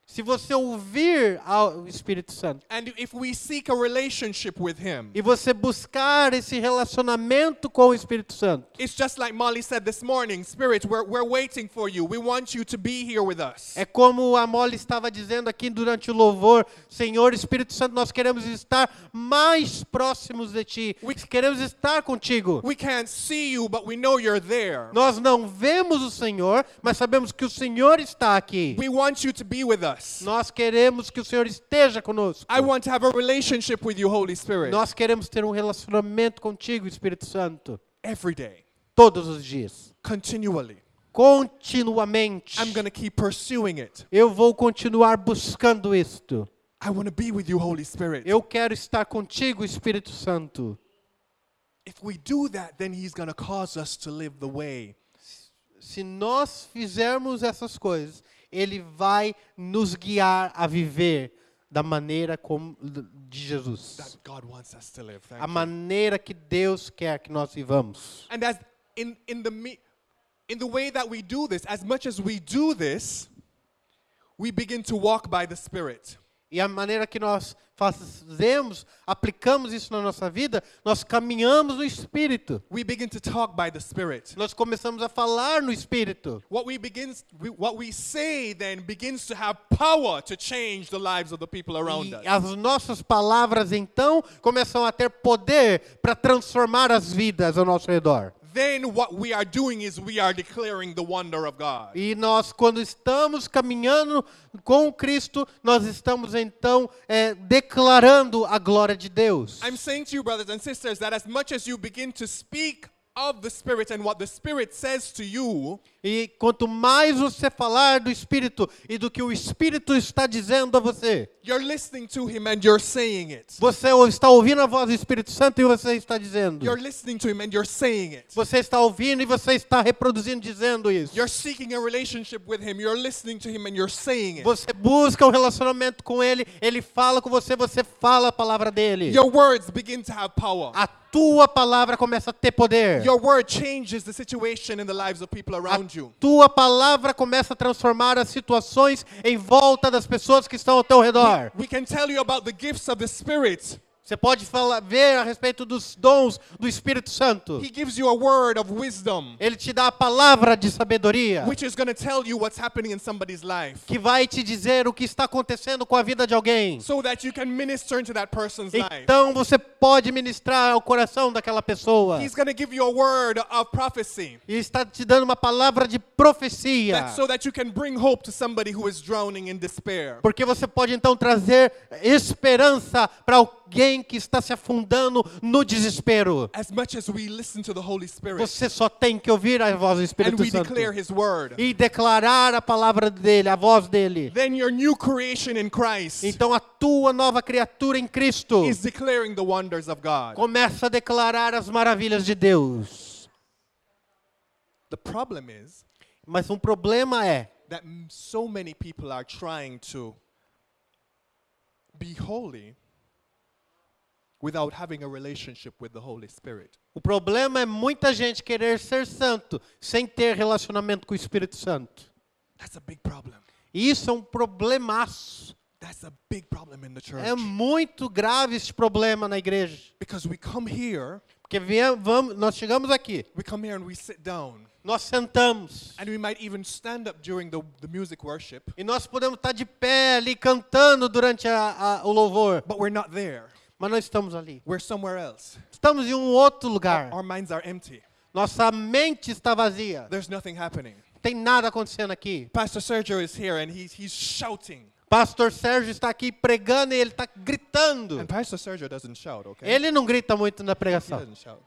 B: Se você ouvir ao Espírito Santo
A: And if we seek a relationship with Him,
B: e você buscar esse relacionamento com o Espírito Santo,
A: it's just like Molly said this morning Spirit, we're, we're waiting for you. We want you to be here with us.
B: é como a Molly estava dizendo aqui durante o louvor, Senhor Espírito Santo, nós queremos estar mais próximos de ti.
A: We-
B: Queremos estar contigo.
A: We can't see you, but we know you're there.
B: Nós não vemos o Senhor, mas sabemos que o Senhor está aqui.
A: We want you to be with us.
B: Nós queremos que o Senhor esteja conosco.
A: I want to have a relationship with you, Holy Spirit,
B: Nós queremos ter um relacionamento contigo, Espírito Santo,
A: every day,
B: todos os dias,
A: continually.
B: continuamente.
A: I'm going to keep pursuing it.
B: Eu vou continuar buscando isto.
A: I want to be with you, Holy Spirit.
B: Eu quero estar contigo, Espírito Santo.
A: If we do that, then He's going to cause us to live the way
B: Se nós fizermos essas coisas, ele vai nos guiar a viver da maneira como de
A: that
B: Jesus,
A: God wants us to live. Thank
B: a
A: you.
B: maneira que Deus quer que nós vivamos.
A: And as in in the me, in the way that we do this, as much as we do this, we begin to walk by the Spirit.
B: E a maneira que nós fazemos, aplicamos isso na nossa vida, nós caminhamos no Espírito.
A: We begin to talk by the Spirit.
B: Nós começamos a falar no Espírito.
A: What we begins, we, what we say then begins to have power to change the lives of the people around
B: E
A: us.
B: as nossas palavras, então, começam a ter poder para transformar as vidas ao nosso redor.
A: Then what we are doing is we are declaring the wonder of God.
B: E nós, quando estamos caminhando com Cristo, nós estamos, então, eh, declarando a glória de Deus.
A: I'm saying to you, brothers and sisters, that as much as you begin to speak of the Spirit and what the Spirit says to you,
B: E quanto mais você falar do Espírito e do que o Espírito está dizendo a você,
A: you're listening to Him and you're saying it.
B: Você ou- está ouvindo a voz do Espírito Santo e você está dizendo.
A: You're listening to him and you're saying it.
B: Você está ouvindo e você está reproduzindo dizendo isso.
A: You're seeking a relationship with him. You're listening to him and you're saying it.
B: Você busca um relacionamento com ele, ele fala com você, você fala a palavra dele.
A: Your words begin to have power.
B: A tua palavra começa a ter poder.
A: Your word changes the situation in the lives of people
B: A
A: around you.
B: tua palavra começa a transformar as situações em volta das pessoas que estão ao teu redor.
A: We can tell you about the gifts of the Spirit.
B: Você pode falar, ver a respeito dos dons do Espírito Santo.
A: He gives you a word of wisdom,
B: Ele te dá a palavra de sabedoria.
A: which is going to tell you what's happening in somebody's life
B: que vai te dizer o que está acontecendo com a vida de alguém.
A: so that you can minister into that person's life.
B: Então você pode ministrar ao coração daquela pessoa.
A: He's going to give you a word of prophecy
B: E está te dando uma palavra de profecia.
A: that, so that you can bring hope to somebody who is drowning in despair.
B: Porque você pode então trazer esperança para alguém que está se afundando no desespero.
A: As much as we listen to the Holy Spirit,
B: Você só tem que ouvir a voz do
A: and
B: Espírito
A: we
B: Santo
A: declare his word.
B: e declarar a palavra dele, a voz dele.
A: Then your new creation in Christ
B: Então a tua nova criatura em Cristo
A: is declaring the wonders of God.
B: começa a declarar as maravilhas de Deus.
A: The problem is
B: Mas um problema é
A: that m- so many people are trying to be holy without having a relationship with the Holy Spirit.
B: O problema é muita gente querer ser santo sem ter relacionamento com o Espírito Santo.
A: That's a big problem.
B: E isso é um problemaço.
A: That's a big problem in the church.
B: É muito grave esse problema na igreja.
A: Because we come here,
B: Porque vie- vamos, nós chegamos aqui,
A: we come here and we sit down.
B: nós sentamos
A: And we might even stand up during the, the music worship,
B: e nós podemos estar de pé ali cantando durante a- a- o louvor,
A: but we're not there.
B: mas não estamos ali.
A: We're somewhere else.
B: Estamos em um outro lugar.
A: Our minds are empty.
B: Nossa mente está vazia.
A: There's nothing happening.
B: Não tem nada acontecendo aqui.
A: Pastor Sergio is here and he's, he's shouting.
B: Pastor Sérgio está aqui pregando e ele está gritando.
A: And Pastor Sergio doesn't shout, okay?
B: Ele não grita muito na
A: he
B: pregação.
A: doesn't shout.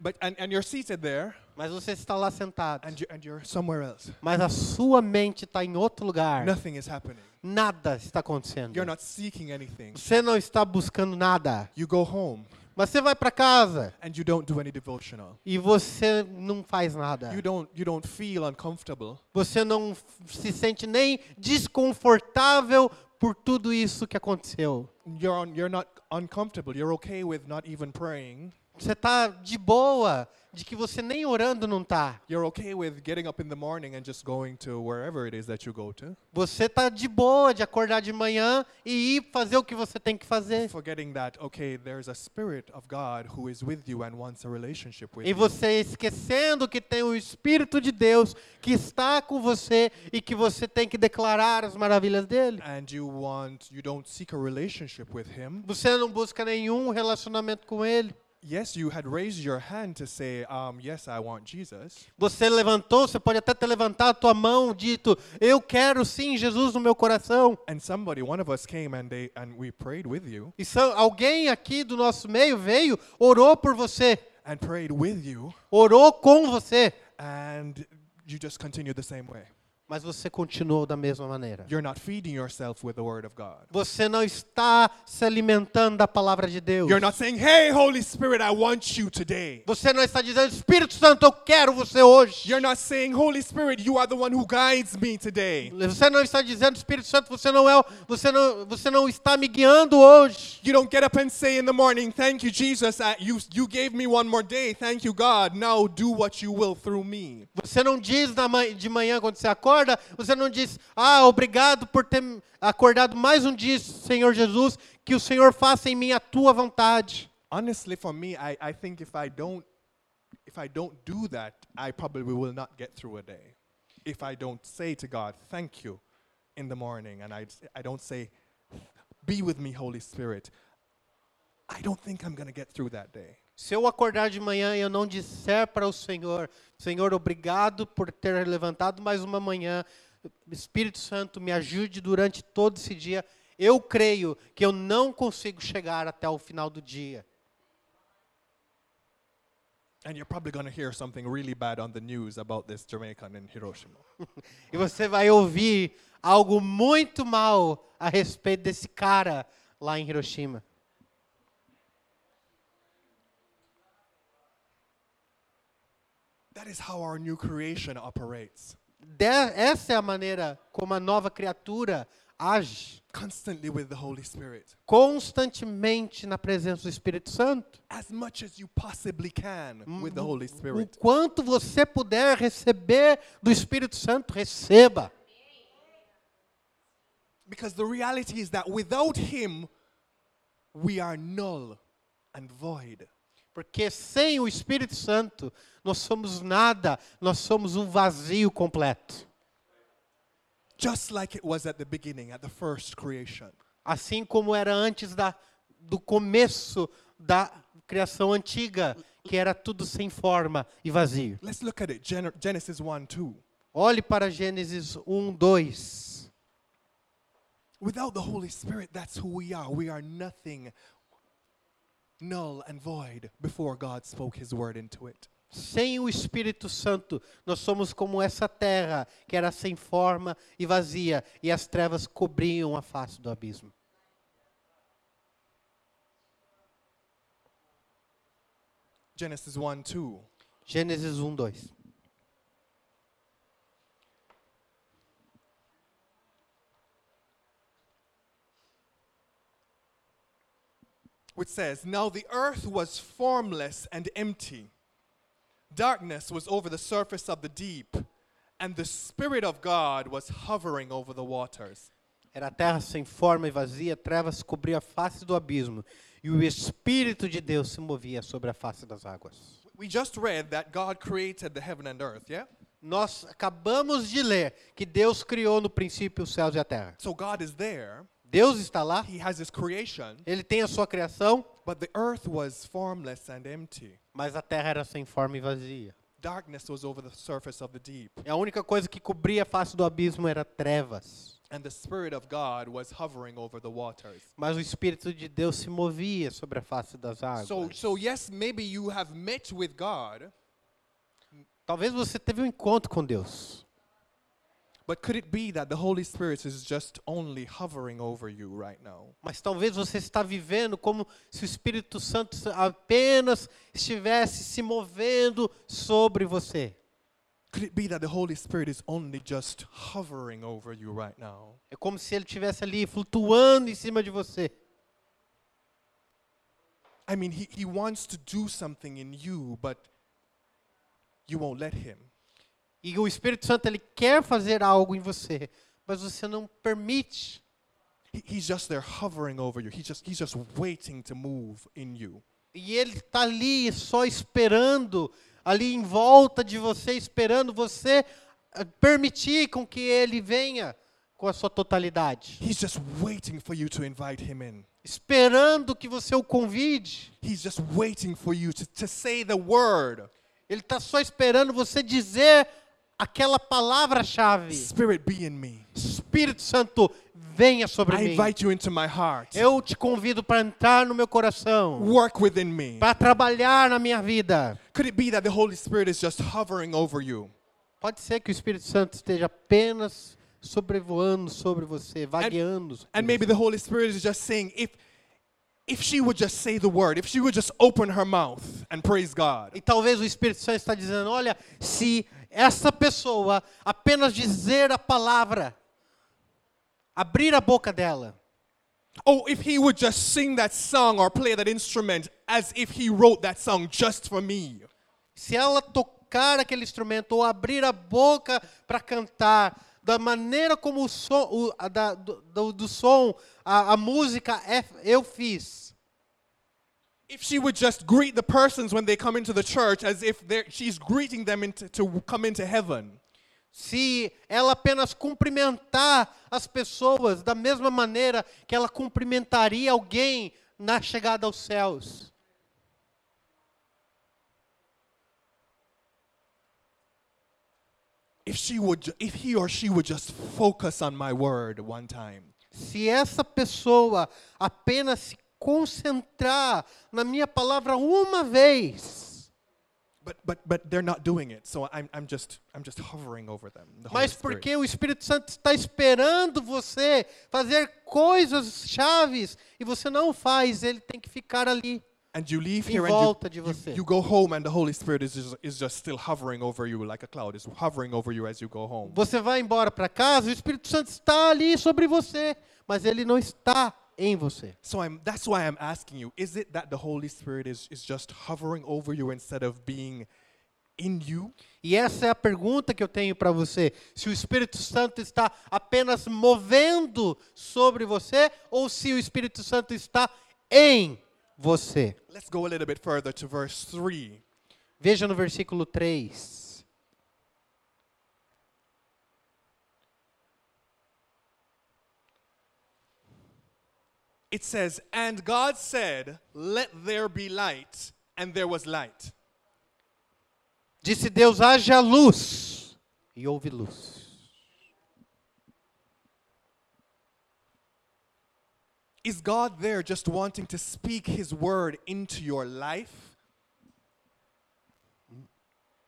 A: But and, and you're seated there
B: Mas você está lá sentado.
A: and you and you're somewhere else.
B: Mas a sua mente está em outro lugar.
A: Nothing is happening.
B: Nada está acontecendo.
A: You're not seeking anything.
B: Você não está buscando nada.
A: You go home
B: Mas Você vai para casa
A: and you don't do any devotional.
B: e você não faz nada.
A: You don't you don't feel uncomfortable
B: Você não f- se sente nem desconfortável por tudo isso que aconteceu.
A: you're, on, you're not uncomfortable. You're okay with not even praying.
B: Você tá de boa, de que você nem orando não tá.
A: You're okay with getting up in the morning and just going to wherever it is that you go to,
B: Você tá de boa de acordar de manhã e ir fazer o que você tem que fazer.
A: forgetting that, okay, there's a spirit of God who is with you and wants a relationship with
B: E
A: you.
B: você esquecendo que tem o Espírito de Deus que está com você e que você tem que declarar as maravilhas dele.
A: and you want you don't seek a relationship with him
B: Você não busca nenhum relacionamento com ele.
A: yes you had raised your hand to say um, yes i want jesus
B: Você levantou, você pode até ter levantado a tua mão, dito: Eu quero sim Jesus no meu coração.
A: and somebody one of us came and they and we prayed with you
B: E são, alguém aqui do nosso meio veio, orou por você,
A: and prayed with you
B: orou com você,
A: and you just continue the same way
B: mas você continuou da mesma maneira.
A: you're not feeding yourself with the word of god
B: Você não está se alimentando da palavra de Deus.
A: you're not saying hey holy spirit i want you today
B: Você não está dizendo, Espírito Santo, eu quero você hoje.
A: you're not saying holy spirit you are the one who guides me today
B: Você não está dizendo, Espírito Santo, você não é, o- você não, você não está me guiando hoje.
A: you don't get up and say in the morning, "Thank you, Jesus. I, you you gave me one more day. Thank you, God. Now do what you will through me."
B: Você não diz na ma- de manhã quando você acorda, você não diz, ah, obrigado por ter me acordado mais um dia, Senhor Jesus, que o Senhor faça em mim a tua vontade.
A: honestly for me I, I think if i don't if i don't do that i probably will not get through a day if i don't say to god thank you in the morning and i, I don't say be with me holy spirit i don't think i'm going to get through that day
B: Se eu acordar de manhã e eu não disser para o Senhor, Senhor, obrigado por ter levantado mais uma manhã, Espírito Santo, me ajude durante todo esse dia, eu creio que eu não consigo chegar até o final do dia.
A: and you're probably going to hear something really bad on the news about this jamaican in hiroshima
B: E você vai ouvir algo muito mal a respeito desse cara lá em Hiroshima.
A: that is how our new creation operates
B: De- essa é a maneira como a nova criatura age
A: constantly with the holy spirit
B: constantemente na presença do Espírito Santo.
A: as much as you possibly can with the holy
B: O
A: spirit
B: quanto você puder receber do Espírito Santo, receba.
A: Because the reality is that without Him, we are null and void.
B: Porque sem o Espírito Santo, nós somos nada, nós somos um vazio completo.
A: Just like it was at the beginning, at the first creation.
B: Assim como era antes da, do começo da criação antiga, que era tudo sem forma e vazio.
A: Let's look at it Gen- Genesis 1 2.
B: Olhe para Gênesis 1, 2.
A: Without the Holy Spirit, that's who we are. We are nothing, null and void, before God spoke His word into it.
B: Sem o Espírito Santo, nós somos como essa terra que era sem forma e vazia, e as trevas cobriam a face do abismo.
A: Genesis 1 2.
B: Gênesis 1, 2.
A: which says, Now the earth was formless and empty. Darkness was over the surface of the deep, and the Spirit of God was hovering over the waters.
B: Era a terra sem forma e vazia, trevas cobriam a face do abismo, e o Espírito de Deus se movia sobre a face das águas.
A: We just read that God created the heaven and earth, yeah?
B: Nós acabamos de ler que Deus criou no princípio os céus e a terra.
A: So God is there,
B: Deus está lá,
A: He has His creation,
B: ele tem a sua criação,
A: but the earth was formless and empty.
B: mas a terra era sem forma e vazia.
A: Darkness was over the surface of the deep,
B: E a única coisa que cobria a face do abismo era trevas.
A: and the Spirit of God was hovering over the waters.
B: Mas o Espírito de Deus se movia sobre a face das águas.
A: So, so yes, maybe you have met with God,
B: Talvez você teve um encontro com Deus.
A: But could it be that the Holy Spirit is just only hovering over you right now?
B: Mas talvez você está vivendo como se o Espírito Santo apenas estivesse se movendo sobre você.
A: Could it be that the Holy Spirit is only just hovering over you right now?
B: É como se ele estivesse ali flutuando em cima de você.
A: I mean, he, he wants to do something in you, but you won't let him.
B: E o Espírito Santo ele quer fazer algo em você, mas você não permite.
A: He, he's just there hovering over you. He just, he's just waiting to move in you.
B: E ele está ali só esperando, ali em volta de você, esperando você eh, permitir com que ele venha com a sua totalidade.
A: He's just waiting for you to invite him in.
B: Esperando que você o convide.
A: He's just waiting for you to, to say the word.
B: Ele está só esperando você dizer aquela palavra-chave.
A: Spirit, be in me.
B: Espírito Santo, venha sobre
A: I
B: mim.
A: invite you into my heart.
B: Eu te convido para entrar no meu coração,
A: Work within me.
B: para trabalhar na minha vida.
A: Could it be that the Holy Spirit is just hovering over you?
B: Pode ser que o Espírito Santo esteja apenas sobrevoando sobre você, vagueando. sobre
A: And maybe the Holy Spirit is just saying, if if she would just say the word, if she would just open her mouth and praise
B: E
A: God,
B: talvez o Espírito Santo está dizendo: olha, se essa pessoa apenas dizer a palavra, abrir a boca dela,
A: oh, if he would just sing that song or play that instrument as if he wrote that song just for me,
B: se ela tocar aquele instrumento ou abrir a boca para cantar, da maneira como o som, o- a da- do, do- do som, a, a música é, eu fiz.
A: if she would just greet the persons when they come into the church as if they're- she's greeting them into, to come into heaven,
B: Se ela apenas cumprimentar as pessoas da mesma maneira que ela cumprimentaria alguém na chegada aos céus.
A: if she would, ju- if he or she would just focus on my word one time,
B: Se essa pessoa apenas se concentrar na minha palavra uma vez,
A: but but but they're not doing it, so I'm I'm just I'm just hovering over them. the Holy
B: mas
A: Spirit.
B: porque o Espírito Santo está esperando você fazer coisas chaves e você não faz, ele tem que ficar ali.
A: And you leave
B: Em
A: here
B: volta
A: and
B: de
A: you- you, you,
B: você.
A: go home and the Holy Spirit is just, is just still hovering over you like a cloud. It's hovering over you as you go home.
B: Você vai embora para casa, o Espírito Santo está ali sobre você, mas ele não está em você.
A: So I'm, that's why I'm asking you, is it that the Holy Spirit is, is just hovering over you instead of being in you?
B: E essa é a pergunta que eu tenho para você. Se o Espírito Santo está apenas movendo sobre você ou se o Espírito Santo está em você.
A: Let's go a little bit further to verse 3.
B: Veja no versículo 3.
A: It says, And God said, Let there be light, and there was light.
B: Disse Deus: haja luz. E houve luz.
A: Is God there just wanting to speak His word into your life?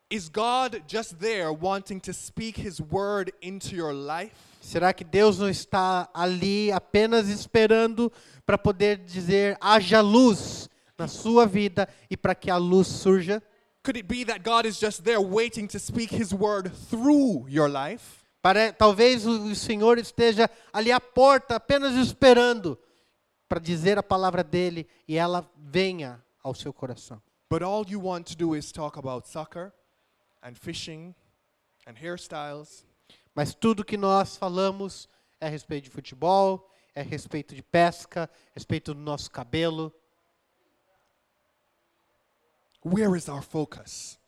A: Is God just there wanting to speak His word into your life?
B: Será que Deus não está ali apenas esperando para poder dizer: haja luz na sua vida e para que a luz surja?
A: Could it be that God is just there waiting to speak His word through your life?
B: Pare- talvez o, o Senhor esteja ali à porta, apenas esperando para dizer a palavra dele e ela venha ao seu coração.
A: But all you want to do is talk about soccer and fishing and hairstyles.
B: Mas tudo que nós falamos é a respeito de futebol, é a respeito de pesca, é a respeito do nosso cabelo.
A: Where is our focus?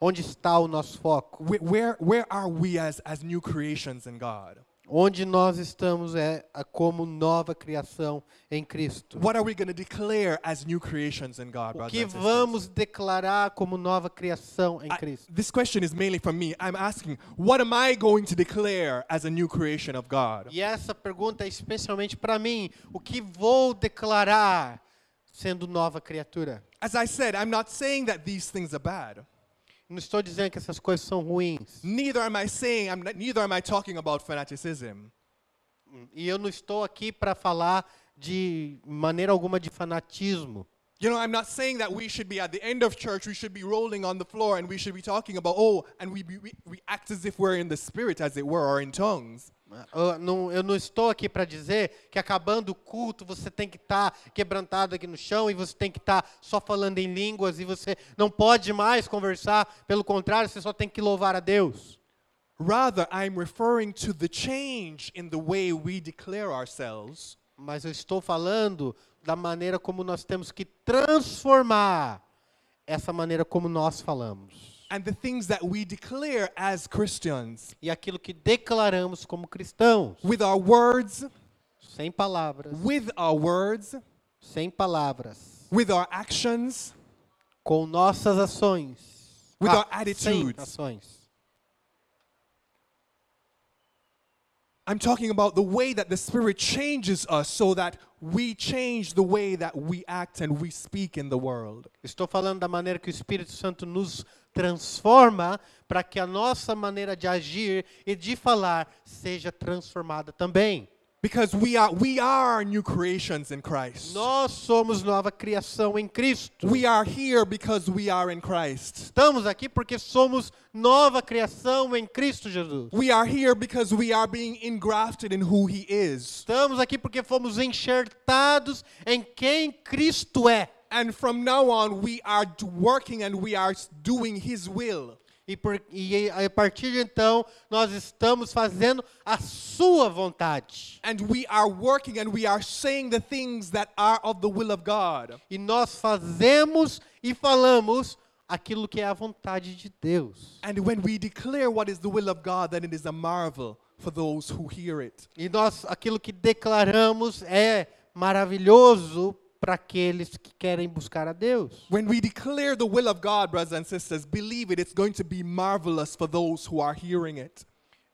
B: Onde está o nosso foco?
A: Where, where, where are we as, as new creations in God?
B: Onde nós estamos é a- como nova criação em Cristo.
A: What are we going to declare as new creations in God,
B: O
A: brothers
B: que
A: and sisters?
B: vamos declarar como nova criação em
A: I-
B: Cristo?
A: this question is mainly for me. I'm asking, what am I going to declare as a new creation of God?
B: E essa pergunta é especialmente para mim. O que vou declarar sendo nova criatura?
A: As I said, I'm not saying that these things are bad.
B: Não estou dizendo que essas coisas são ruins.
A: Neither am I saying, I'm not, neither am I talking about fanaticism.
B: E eu não estou aqui para falar de maneira alguma de fanatismo.
A: You know, I'm not saying that we should be at the end of church, we should be rolling on the floor, and we should be talking about, oh, and we, be- we, we act as if we're in the spirit, as it were, or in tongues.
B: Né? Eu não, eu não estou aqui para dizer que acabando o culto você tem que estar quebrantado aqui no chão e você tem que estar só falando em línguas e você não pode mais conversar. Pelo contrário, você só tem que louvar a Deus.
A: Rather, I'm referring to the change in the way we declare ourselves
B: Mas eu estou falando da maneira como nós temos que transformar essa maneira como nós falamos
A: and the things that we declare as Christians
B: e aquilo que declaramos como cristãos,
A: with our words,
B: sem palavras,
A: with our words,
B: sem palavras,
A: with our actions.
B: com nossas ações, Ah,
A: With our
B: sem
A: attitudes.
B: ações.
A: I'm talking about the way that the Spirit changes us so that we change the way that we act and we speak in the world.
B: Estou falando da maneira que o Espírito Santo nos transforma para que a nossa maneira de agir e de falar seja transformada também.
A: Because we are, we are new creations in Christ.
B: Nós somos nova criação em Cristo.
A: We are here because we are in Christ.
B: Estamos aqui porque somos nova criação em Cristo Jesus.
A: We are here because we are being engrafted in who He is.
B: Estamos aqui porque fomos enxertados em quem Cristo é.
A: And from now on, we are d- working and we are s- doing His will.
B: E, por, e a partir de então, nós estamos fazendo a sua vontade.
A: And we are working and we are saying the things that are of the will of God.
B: E nós fazemos e falamos aquilo que é a vontade de Deus.
A: And when we declare what is the will of God, then it is a marvel for those who hear it.
B: E nós aquilo que declaramos é maravilhoso para aqueles que querem buscar a Deus.
A: When we declare the will of God, brothers and sisters, believe it, it's going to be marvelous for those who are hearing it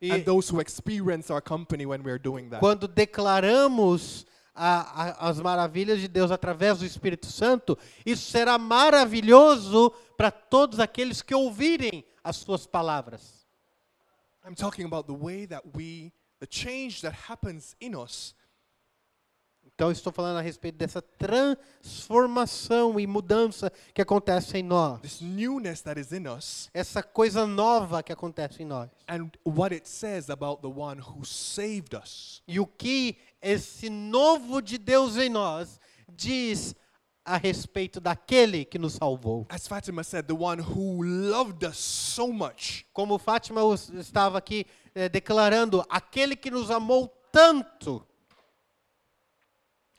B: E
A: and those who experience our company when we're doing that.
B: quando declaramos a- a- as maravilhas de Deus através do Espírito Santo, isso será maravilhoso para todos aqueles que ouvirem as suas palavras.
A: I'm talking about the way that we, the change that happens in us,
B: Então, eu estou falando a respeito dessa transformação e mudança que acontece em nós.
A: this newness that is in us,
B: essa coisa nova que acontece em nós.
A: and what it says about the one who saved us.
B: E o que esse novo de Deus em nós diz a respeito daquele que nos salvou.
A: As Fatima said, the one who loved us so much
B: Como Fátima os- estava aqui eh, declarando, aquele que nos amou tanto,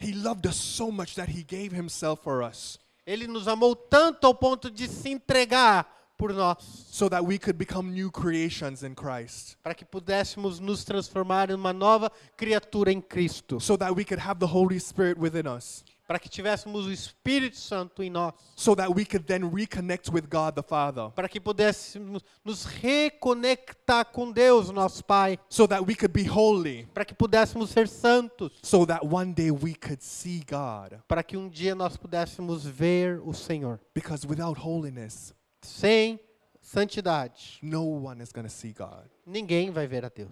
A: He loved us so much that he gave himself for us
B: ele nos amou tanto ao ponto de se entregar por nós,
A: so that we could become new creations in Christ,
B: para que pudéssemos nos transformar em uma nova criatura em Cristo,
A: so that we could have the Holy Spirit within us,
B: para que tivéssemos o Espírito Santo em nós.
A: so that we could then reconnect with God the Father,
B: para que pudéssemos nos reconectar com Deus, nosso Pai,
A: so that we could be holy,
B: para que pudéssemos ser santos,
A: so that one day we could see God.
B: para que um dia nós pudéssemos ver o Senhor.
A: Because without holiness,
B: Sem santidade,
A: no one is going to see God.
B: ninguém vai ver a Deus.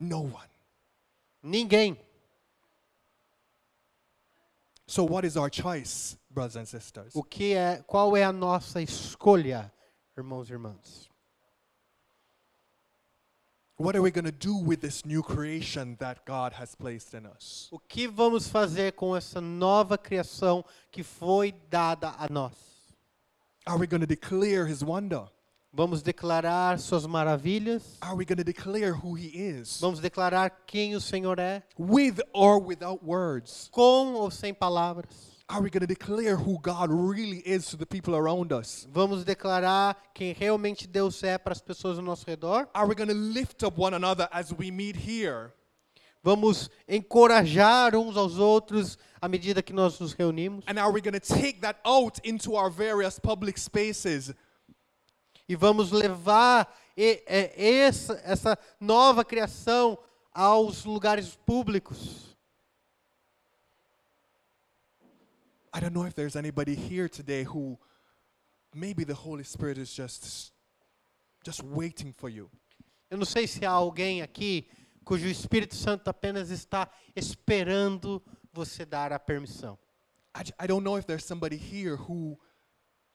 A: No one.
B: Ninguém.
A: So, what is our choice, brothers and sisters?
B: O que é, qual é a nossa escolha, irmãos e irmãs?
A: What are we going to do with this new creation that God has placed in us?
B: O que vamos fazer com essa nova criação que foi dada a nós?
A: Are we going to declare His wonder?
B: Vamos declarar suas maravilhas?
A: Are we going to declare who he is?
B: Vamos declarar quem o Senhor é?
A: With or without words?
B: com ou sem palavras.
A: Are we going to declare who God really is to the people around us?
B: Vamos declarar quem realmente Deus é para as pessoas ao nosso redor.
A: Are we going to lift up one another as we meet here?
B: Vamos encorajar uns aos outros à medida que nós nos reunimos.
A: And are we going to take that out into our various public spaces?
B: E vamos levar e- é, essa, essa nova criação aos lugares públicos.
A: I don't know if there's anybody here today who maybe the Holy Spirit is just just waiting for you.
B: Eu não sei se há alguém aqui cujo Espírito Santo apenas está esperando você dar a permissão.
A: I, j- I don't know if there's somebody here who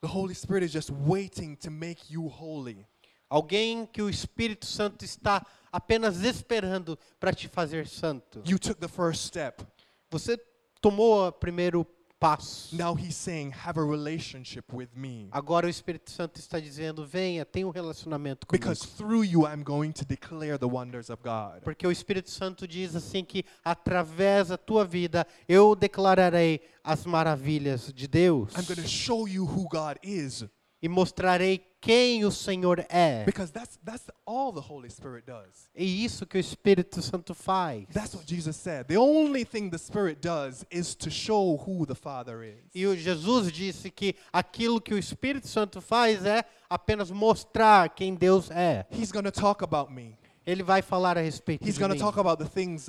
A: the Holy Spirit is just waiting to make you holy.
B: Alguém que o Espírito Santo está apenas esperando para te fazer santo.
A: You took the first step.
B: Você tomou o primeiro passo.
A: Now he's saying, have a relationship with me.
B: Agora o Espírito Santo está dizendo: venha, tenha um relacionamento comigo.
A: Because through you, I'm going to declare the wonders of God.
B: Porque o Espírito Santo diz assim que através da tua vida eu declararei as maravilhas de Deus
A: I'm going to show you who God is.
B: e mostrarei quem o Senhor é.
A: Because that's, that's all the Holy Spirit does.
B: É isso que o Espírito Santo faz.
A: That's what Jesus said. The only thing the Spirit does is to show who the Father is.
B: E o Jesus disse que aquilo que o Espírito Santo faz é apenas mostrar quem Deus é.
A: He's going to talk about me.
B: Ele vai falar a respeito
A: He's
B: de
A: going to
B: mim.
A: talk about the things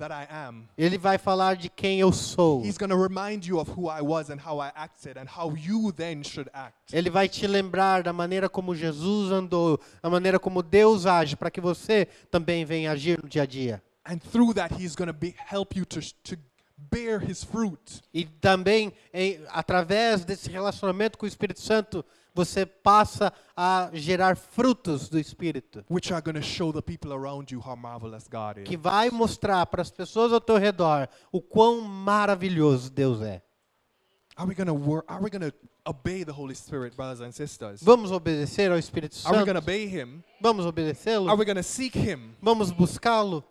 A: that I am.
B: Ele vai falar de quem eu sou.
A: He's going to remind you of who I was and how I acted and how you then should act.
B: Ele vai te lembrar da maneira como Jesus andou, da maneira como Deus age, para que você também venha agir no dia a dia.
A: And through that, He's going to be, help you to, sh- to bear His fruit.
B: E também, em- através desse relacionamento com o Espírito Santo, você passa a gerar frutos do Espírito,
A: which are going to show the people around you how marvelous God is.
B: que vai mostrar para as pessoas ao teu redor o quão maravilhoso Deus é.
A: Are we going to wor- are we going to obey the Holy Spirit, brothers and sisters?
B: Vamos obedecer ao Espírito
A: Are we going to
B: Santo?
A: obey him?
B: Vamos
A: Are
B: obedecê-lo?
A: we going to seek him?
B: Vamos buscá-lo?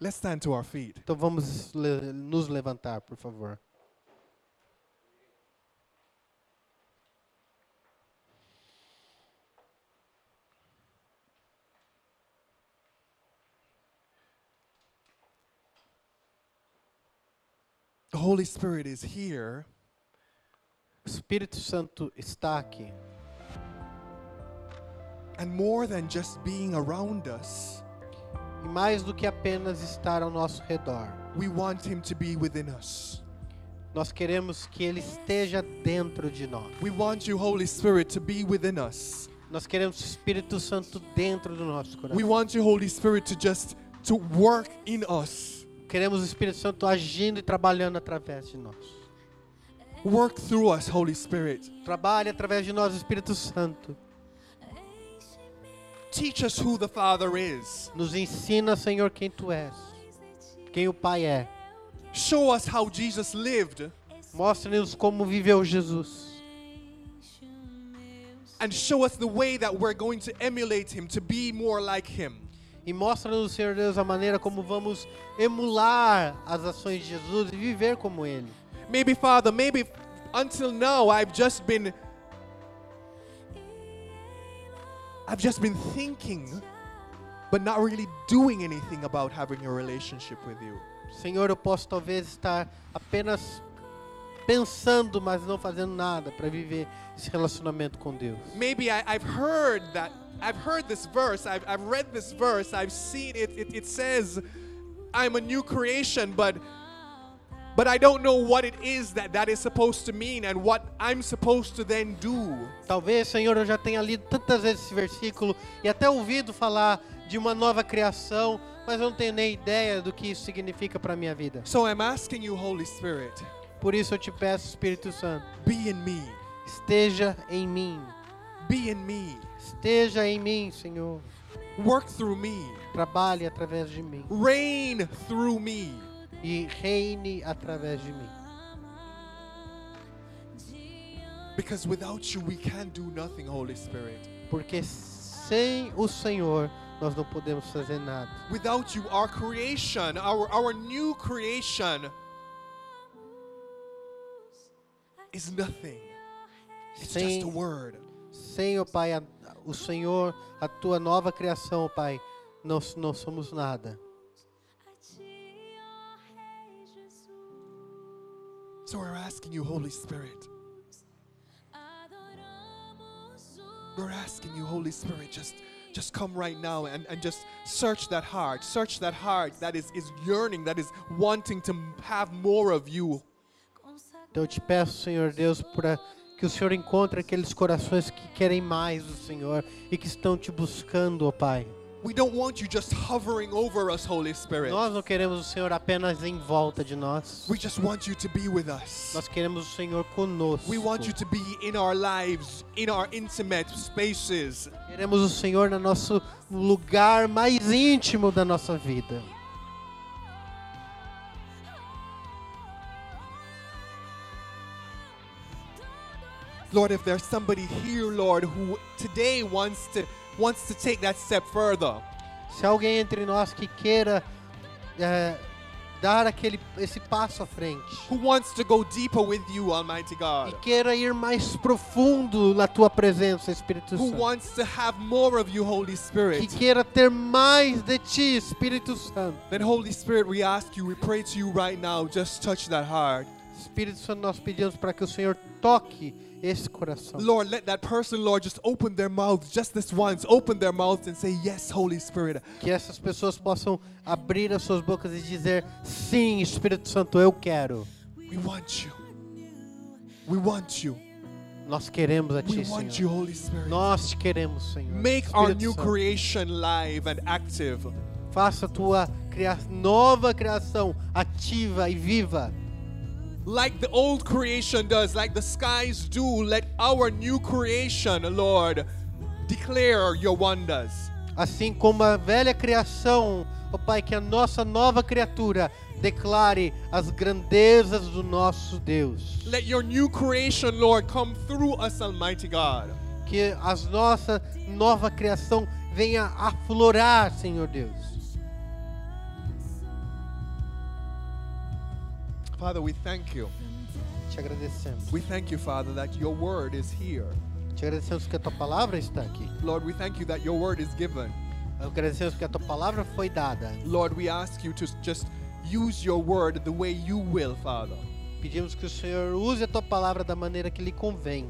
A: Let's stand to our feet.
B: Então vamos le- nos levantar, por favor.
A: The Holy Spirit is here
B: O Espírito Santo está aqui.
A: and more than just being around us,
B: E mais do que apenas estar ao nosso redor,
A: we want him to be within us.
B: nós queremos que Ele esteja dentro de nós.
A: We want you Holy Spirit to be within us.
B: Nós queremos o Espírito Santo dentro do nosso
A: We
B: coração.
A: want you Holy Spirit to just to work in us,
B: Queremos o Espírito Santo agindo e trabalhando através de nós.
A: work through us Holy Spirit.
B: Trabalhe através de nós, Espírito Santo.
A: Teach us who the Father is.
B: Nos ensina, Senhor, quem Tu és, quem o Pai é.
A: Show us how Jesus lived
B: Mostre-nos como viveu Jesus.
A: and show us the way that we're going to emulate him to be more like him.
B: E mostra-nos, Senhor Deus, a maneira como vamos emular as ações de Jesus e viver como Ele.
A: Maybe, Father, maybe until now I've just been I've just been thinking but not really doing anything about having a relationship with you.
B: Senhor, eu posso talvez estar apenas pensando, mas não fazendo nada para viver esse relacionamento com Deus.
A: Maybe I, I've heard that I've heard this verse, I've, I've read this verse, I've seen it, it it says I'm a new creation, but but I don't know what it is that that is supposed to mean and what I'm supposed to then do.
B: Talvez, Senhor, eu já tenha lido tantas vezes esse versículo e até ouvido falar de uma nova criação, mas eu não tenho nem ideia do que isso significa para minha vida.
A: So I'm asking you, Holy Spirit,
B: Por isso eu te peço, Espírito Santo,
A: be in me.
B: esteja em mim.
A: Be in me.
B: Esteja em mim, Senhor.
A: Work through me.
B: Trabalhe através de mim
A: Reign through me.
B: e reine através de mim.
A: Because without you, we can do nothing, Holy Spirit.
B: Porque sem o Senhor nós não podemos fazer nada.
A: Without you, our creation, our, our new creation, is nothing. It's just a
B: Sem,
A: word.
B: sem o Pai, a- o Senhor, a tua nova criação, ó Pai, não, não somos nada.
A: So we're asking you, Holy Spirit. We're asking you, Holy Spirit, just just come right now and, and just search that heart. Search that heart that is, is yearning, that is wanting to have more of you.
B: Então eu te peço, Senhor Deus, para que o Senhor encontre aqueles corações que querem mais do Senhor e que estão te buscando, ó Pai.
A: We don't want you just hovering over us, Holy Spirit.
B: Nós não queremos o Senhor apenas em volta de nós.
A: We just want you to be with us.
B: Nós queremos o Senhor conosco.
A: We want you to be in our lives, in our intimate spaces.
B: Queremos o Senhor no nosso lugar mais íntimo da nossa vida.
A: Lord, if there's somebody here, Lord, who today wants to wants to take that step further,
B: Se alguém entre nós que queira é, dar aquele, esse passo à frente
A: who wants to go deeper with you, Almighty
B: e
A: God,
B: queira ir mais profundo na tua presença, Espírito
A: who
B: Santo,
A: wants to have more of you, Holy
B: que
A: Spirit,
B: queira ter mais de ti, Espírito Santo.
A: then Holy Spirit, we ask you, we pray to you right now, just touch that heart.
B: Espírito Santo, nós pedimos para que o Senhor toque esse coração.
A: Lord, let that person, Lord, just open their mouths just this once. Open their mouths and say, Yes, Holy Spirit.
B: Que essas pessoas possam abrir as suas bocas e dizer: Sim, Espírito Santo, eu quero.
A: We want you. We want you.
B: Nós queremos a
A: We
B: Ti,
A: want you,
B: Senhor.
A: Holy Spirit.
B: Nós te queremos, Senhor.
A: Make our
B: Espírito
A: new
B: Santo,
A: creation live and active.
B: Faça a tua cria- nova criação ativa e viva.
A: Like the old creation does, like the skies do, let our new creation, Lord, declare your wonders.
B: Assim como a velha criação, ó Pai, que a nossa nova criatura declare as grandezas do nosso Deus.
A: Let your new creation, Lord, come through us, Almighty God.
B: Que a nossa nova criação venha aflorar, Senhor Deus.
A: Father, we thank you.
B: Te agradecemos.
A: We thank you, Father, that your word is here.
B: Te agradecemos que a tua palavra está aqui.
A: Lord, we thank you that your word is given.
B: Agradecemos que a tua palavra foi dada.
A: Lord, we ask you to just use your word the way you will, Father.
B: Pedimos que o Senhor use a tua palavra da maneira que lhe convém.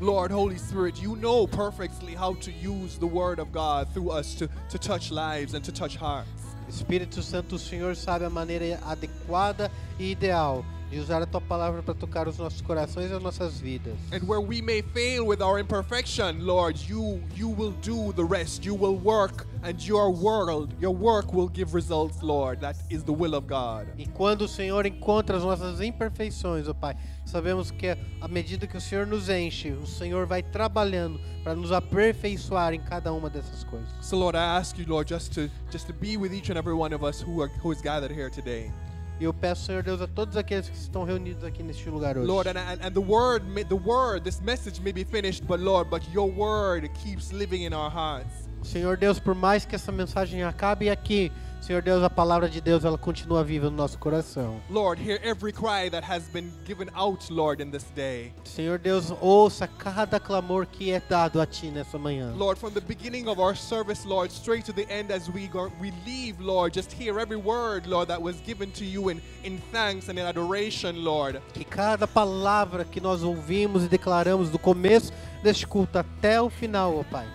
A: Lord, Holy Spirit, you know perfectly how to use the word of God through us to, to touch lives and to touch hearts.
B: Espírito Santo, o Senhor sabe a maneira adequada e ideal de usar a tua palavra para tocar os nossos corações e as nossas vidas.
A: And where we may fail with our imperfection, Lord, you you will do the rest. You will work and your world, your work will give results, Lord. That is the will of God.
B: E quando o Senhor encontra as nossas imperfeições, ó Pai, sabemos que à medida que o Senhor nos enche, o Senhor vai trabalhando para nos aperfeiçoar em cada uma dessas coisas.
A: So Lord, I ask you, Lord, just to just to be with each and every one of us who are who is gathered here today.
B: E eu peço, Senhor Deus, a todos aqueles que estão reunidos aqui neste lugar hoje.
A: Lord, and, and, and the word, may, the word, this message may be finished, but Lord, but your word keeps living in our hearts.
B: Senhor Deus, por mais que essa mensagem acabe aqui, Senhor Deus, a palavra de Deus, ela continua viva no nosso coração.
A: Lord, hear every cry that has been given out, Lord, in this day.
B: Senhor Deus, ouça cada clamor que é dado a Ti nessa manhã.
A: Lord, from the beginning of our service, Lord, straight to the end as we go, we leave, Lord, just hear every word, Lord, that was given to you in, in thanks and in adoration, Lord.
B: Que cada palavra que nós ouvimos e declaramos do começo deste culto até o final, ó Pai,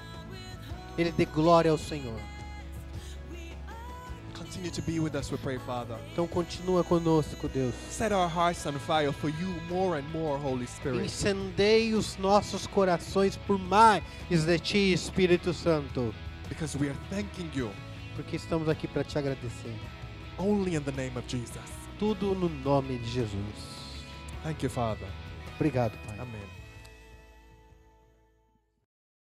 B: Ele dê glória ao Senhor.
A: Continue to be with us, we pray, Father.
B: Então continua conosco, Deus.
A: Set our hearts on fire for you more and more, Holy Spirit.
B: Incendeie os nossos corações por mais de Ti, Espírito Santo.
A: Because we are thanking you
B: Porque estamos aqui para Te agradecer.
A: only in the name of Jesus.
B: tudo no nome de Jesus.
A: Thank you, Father.
B: Obrigado, Pai.
A: Amen.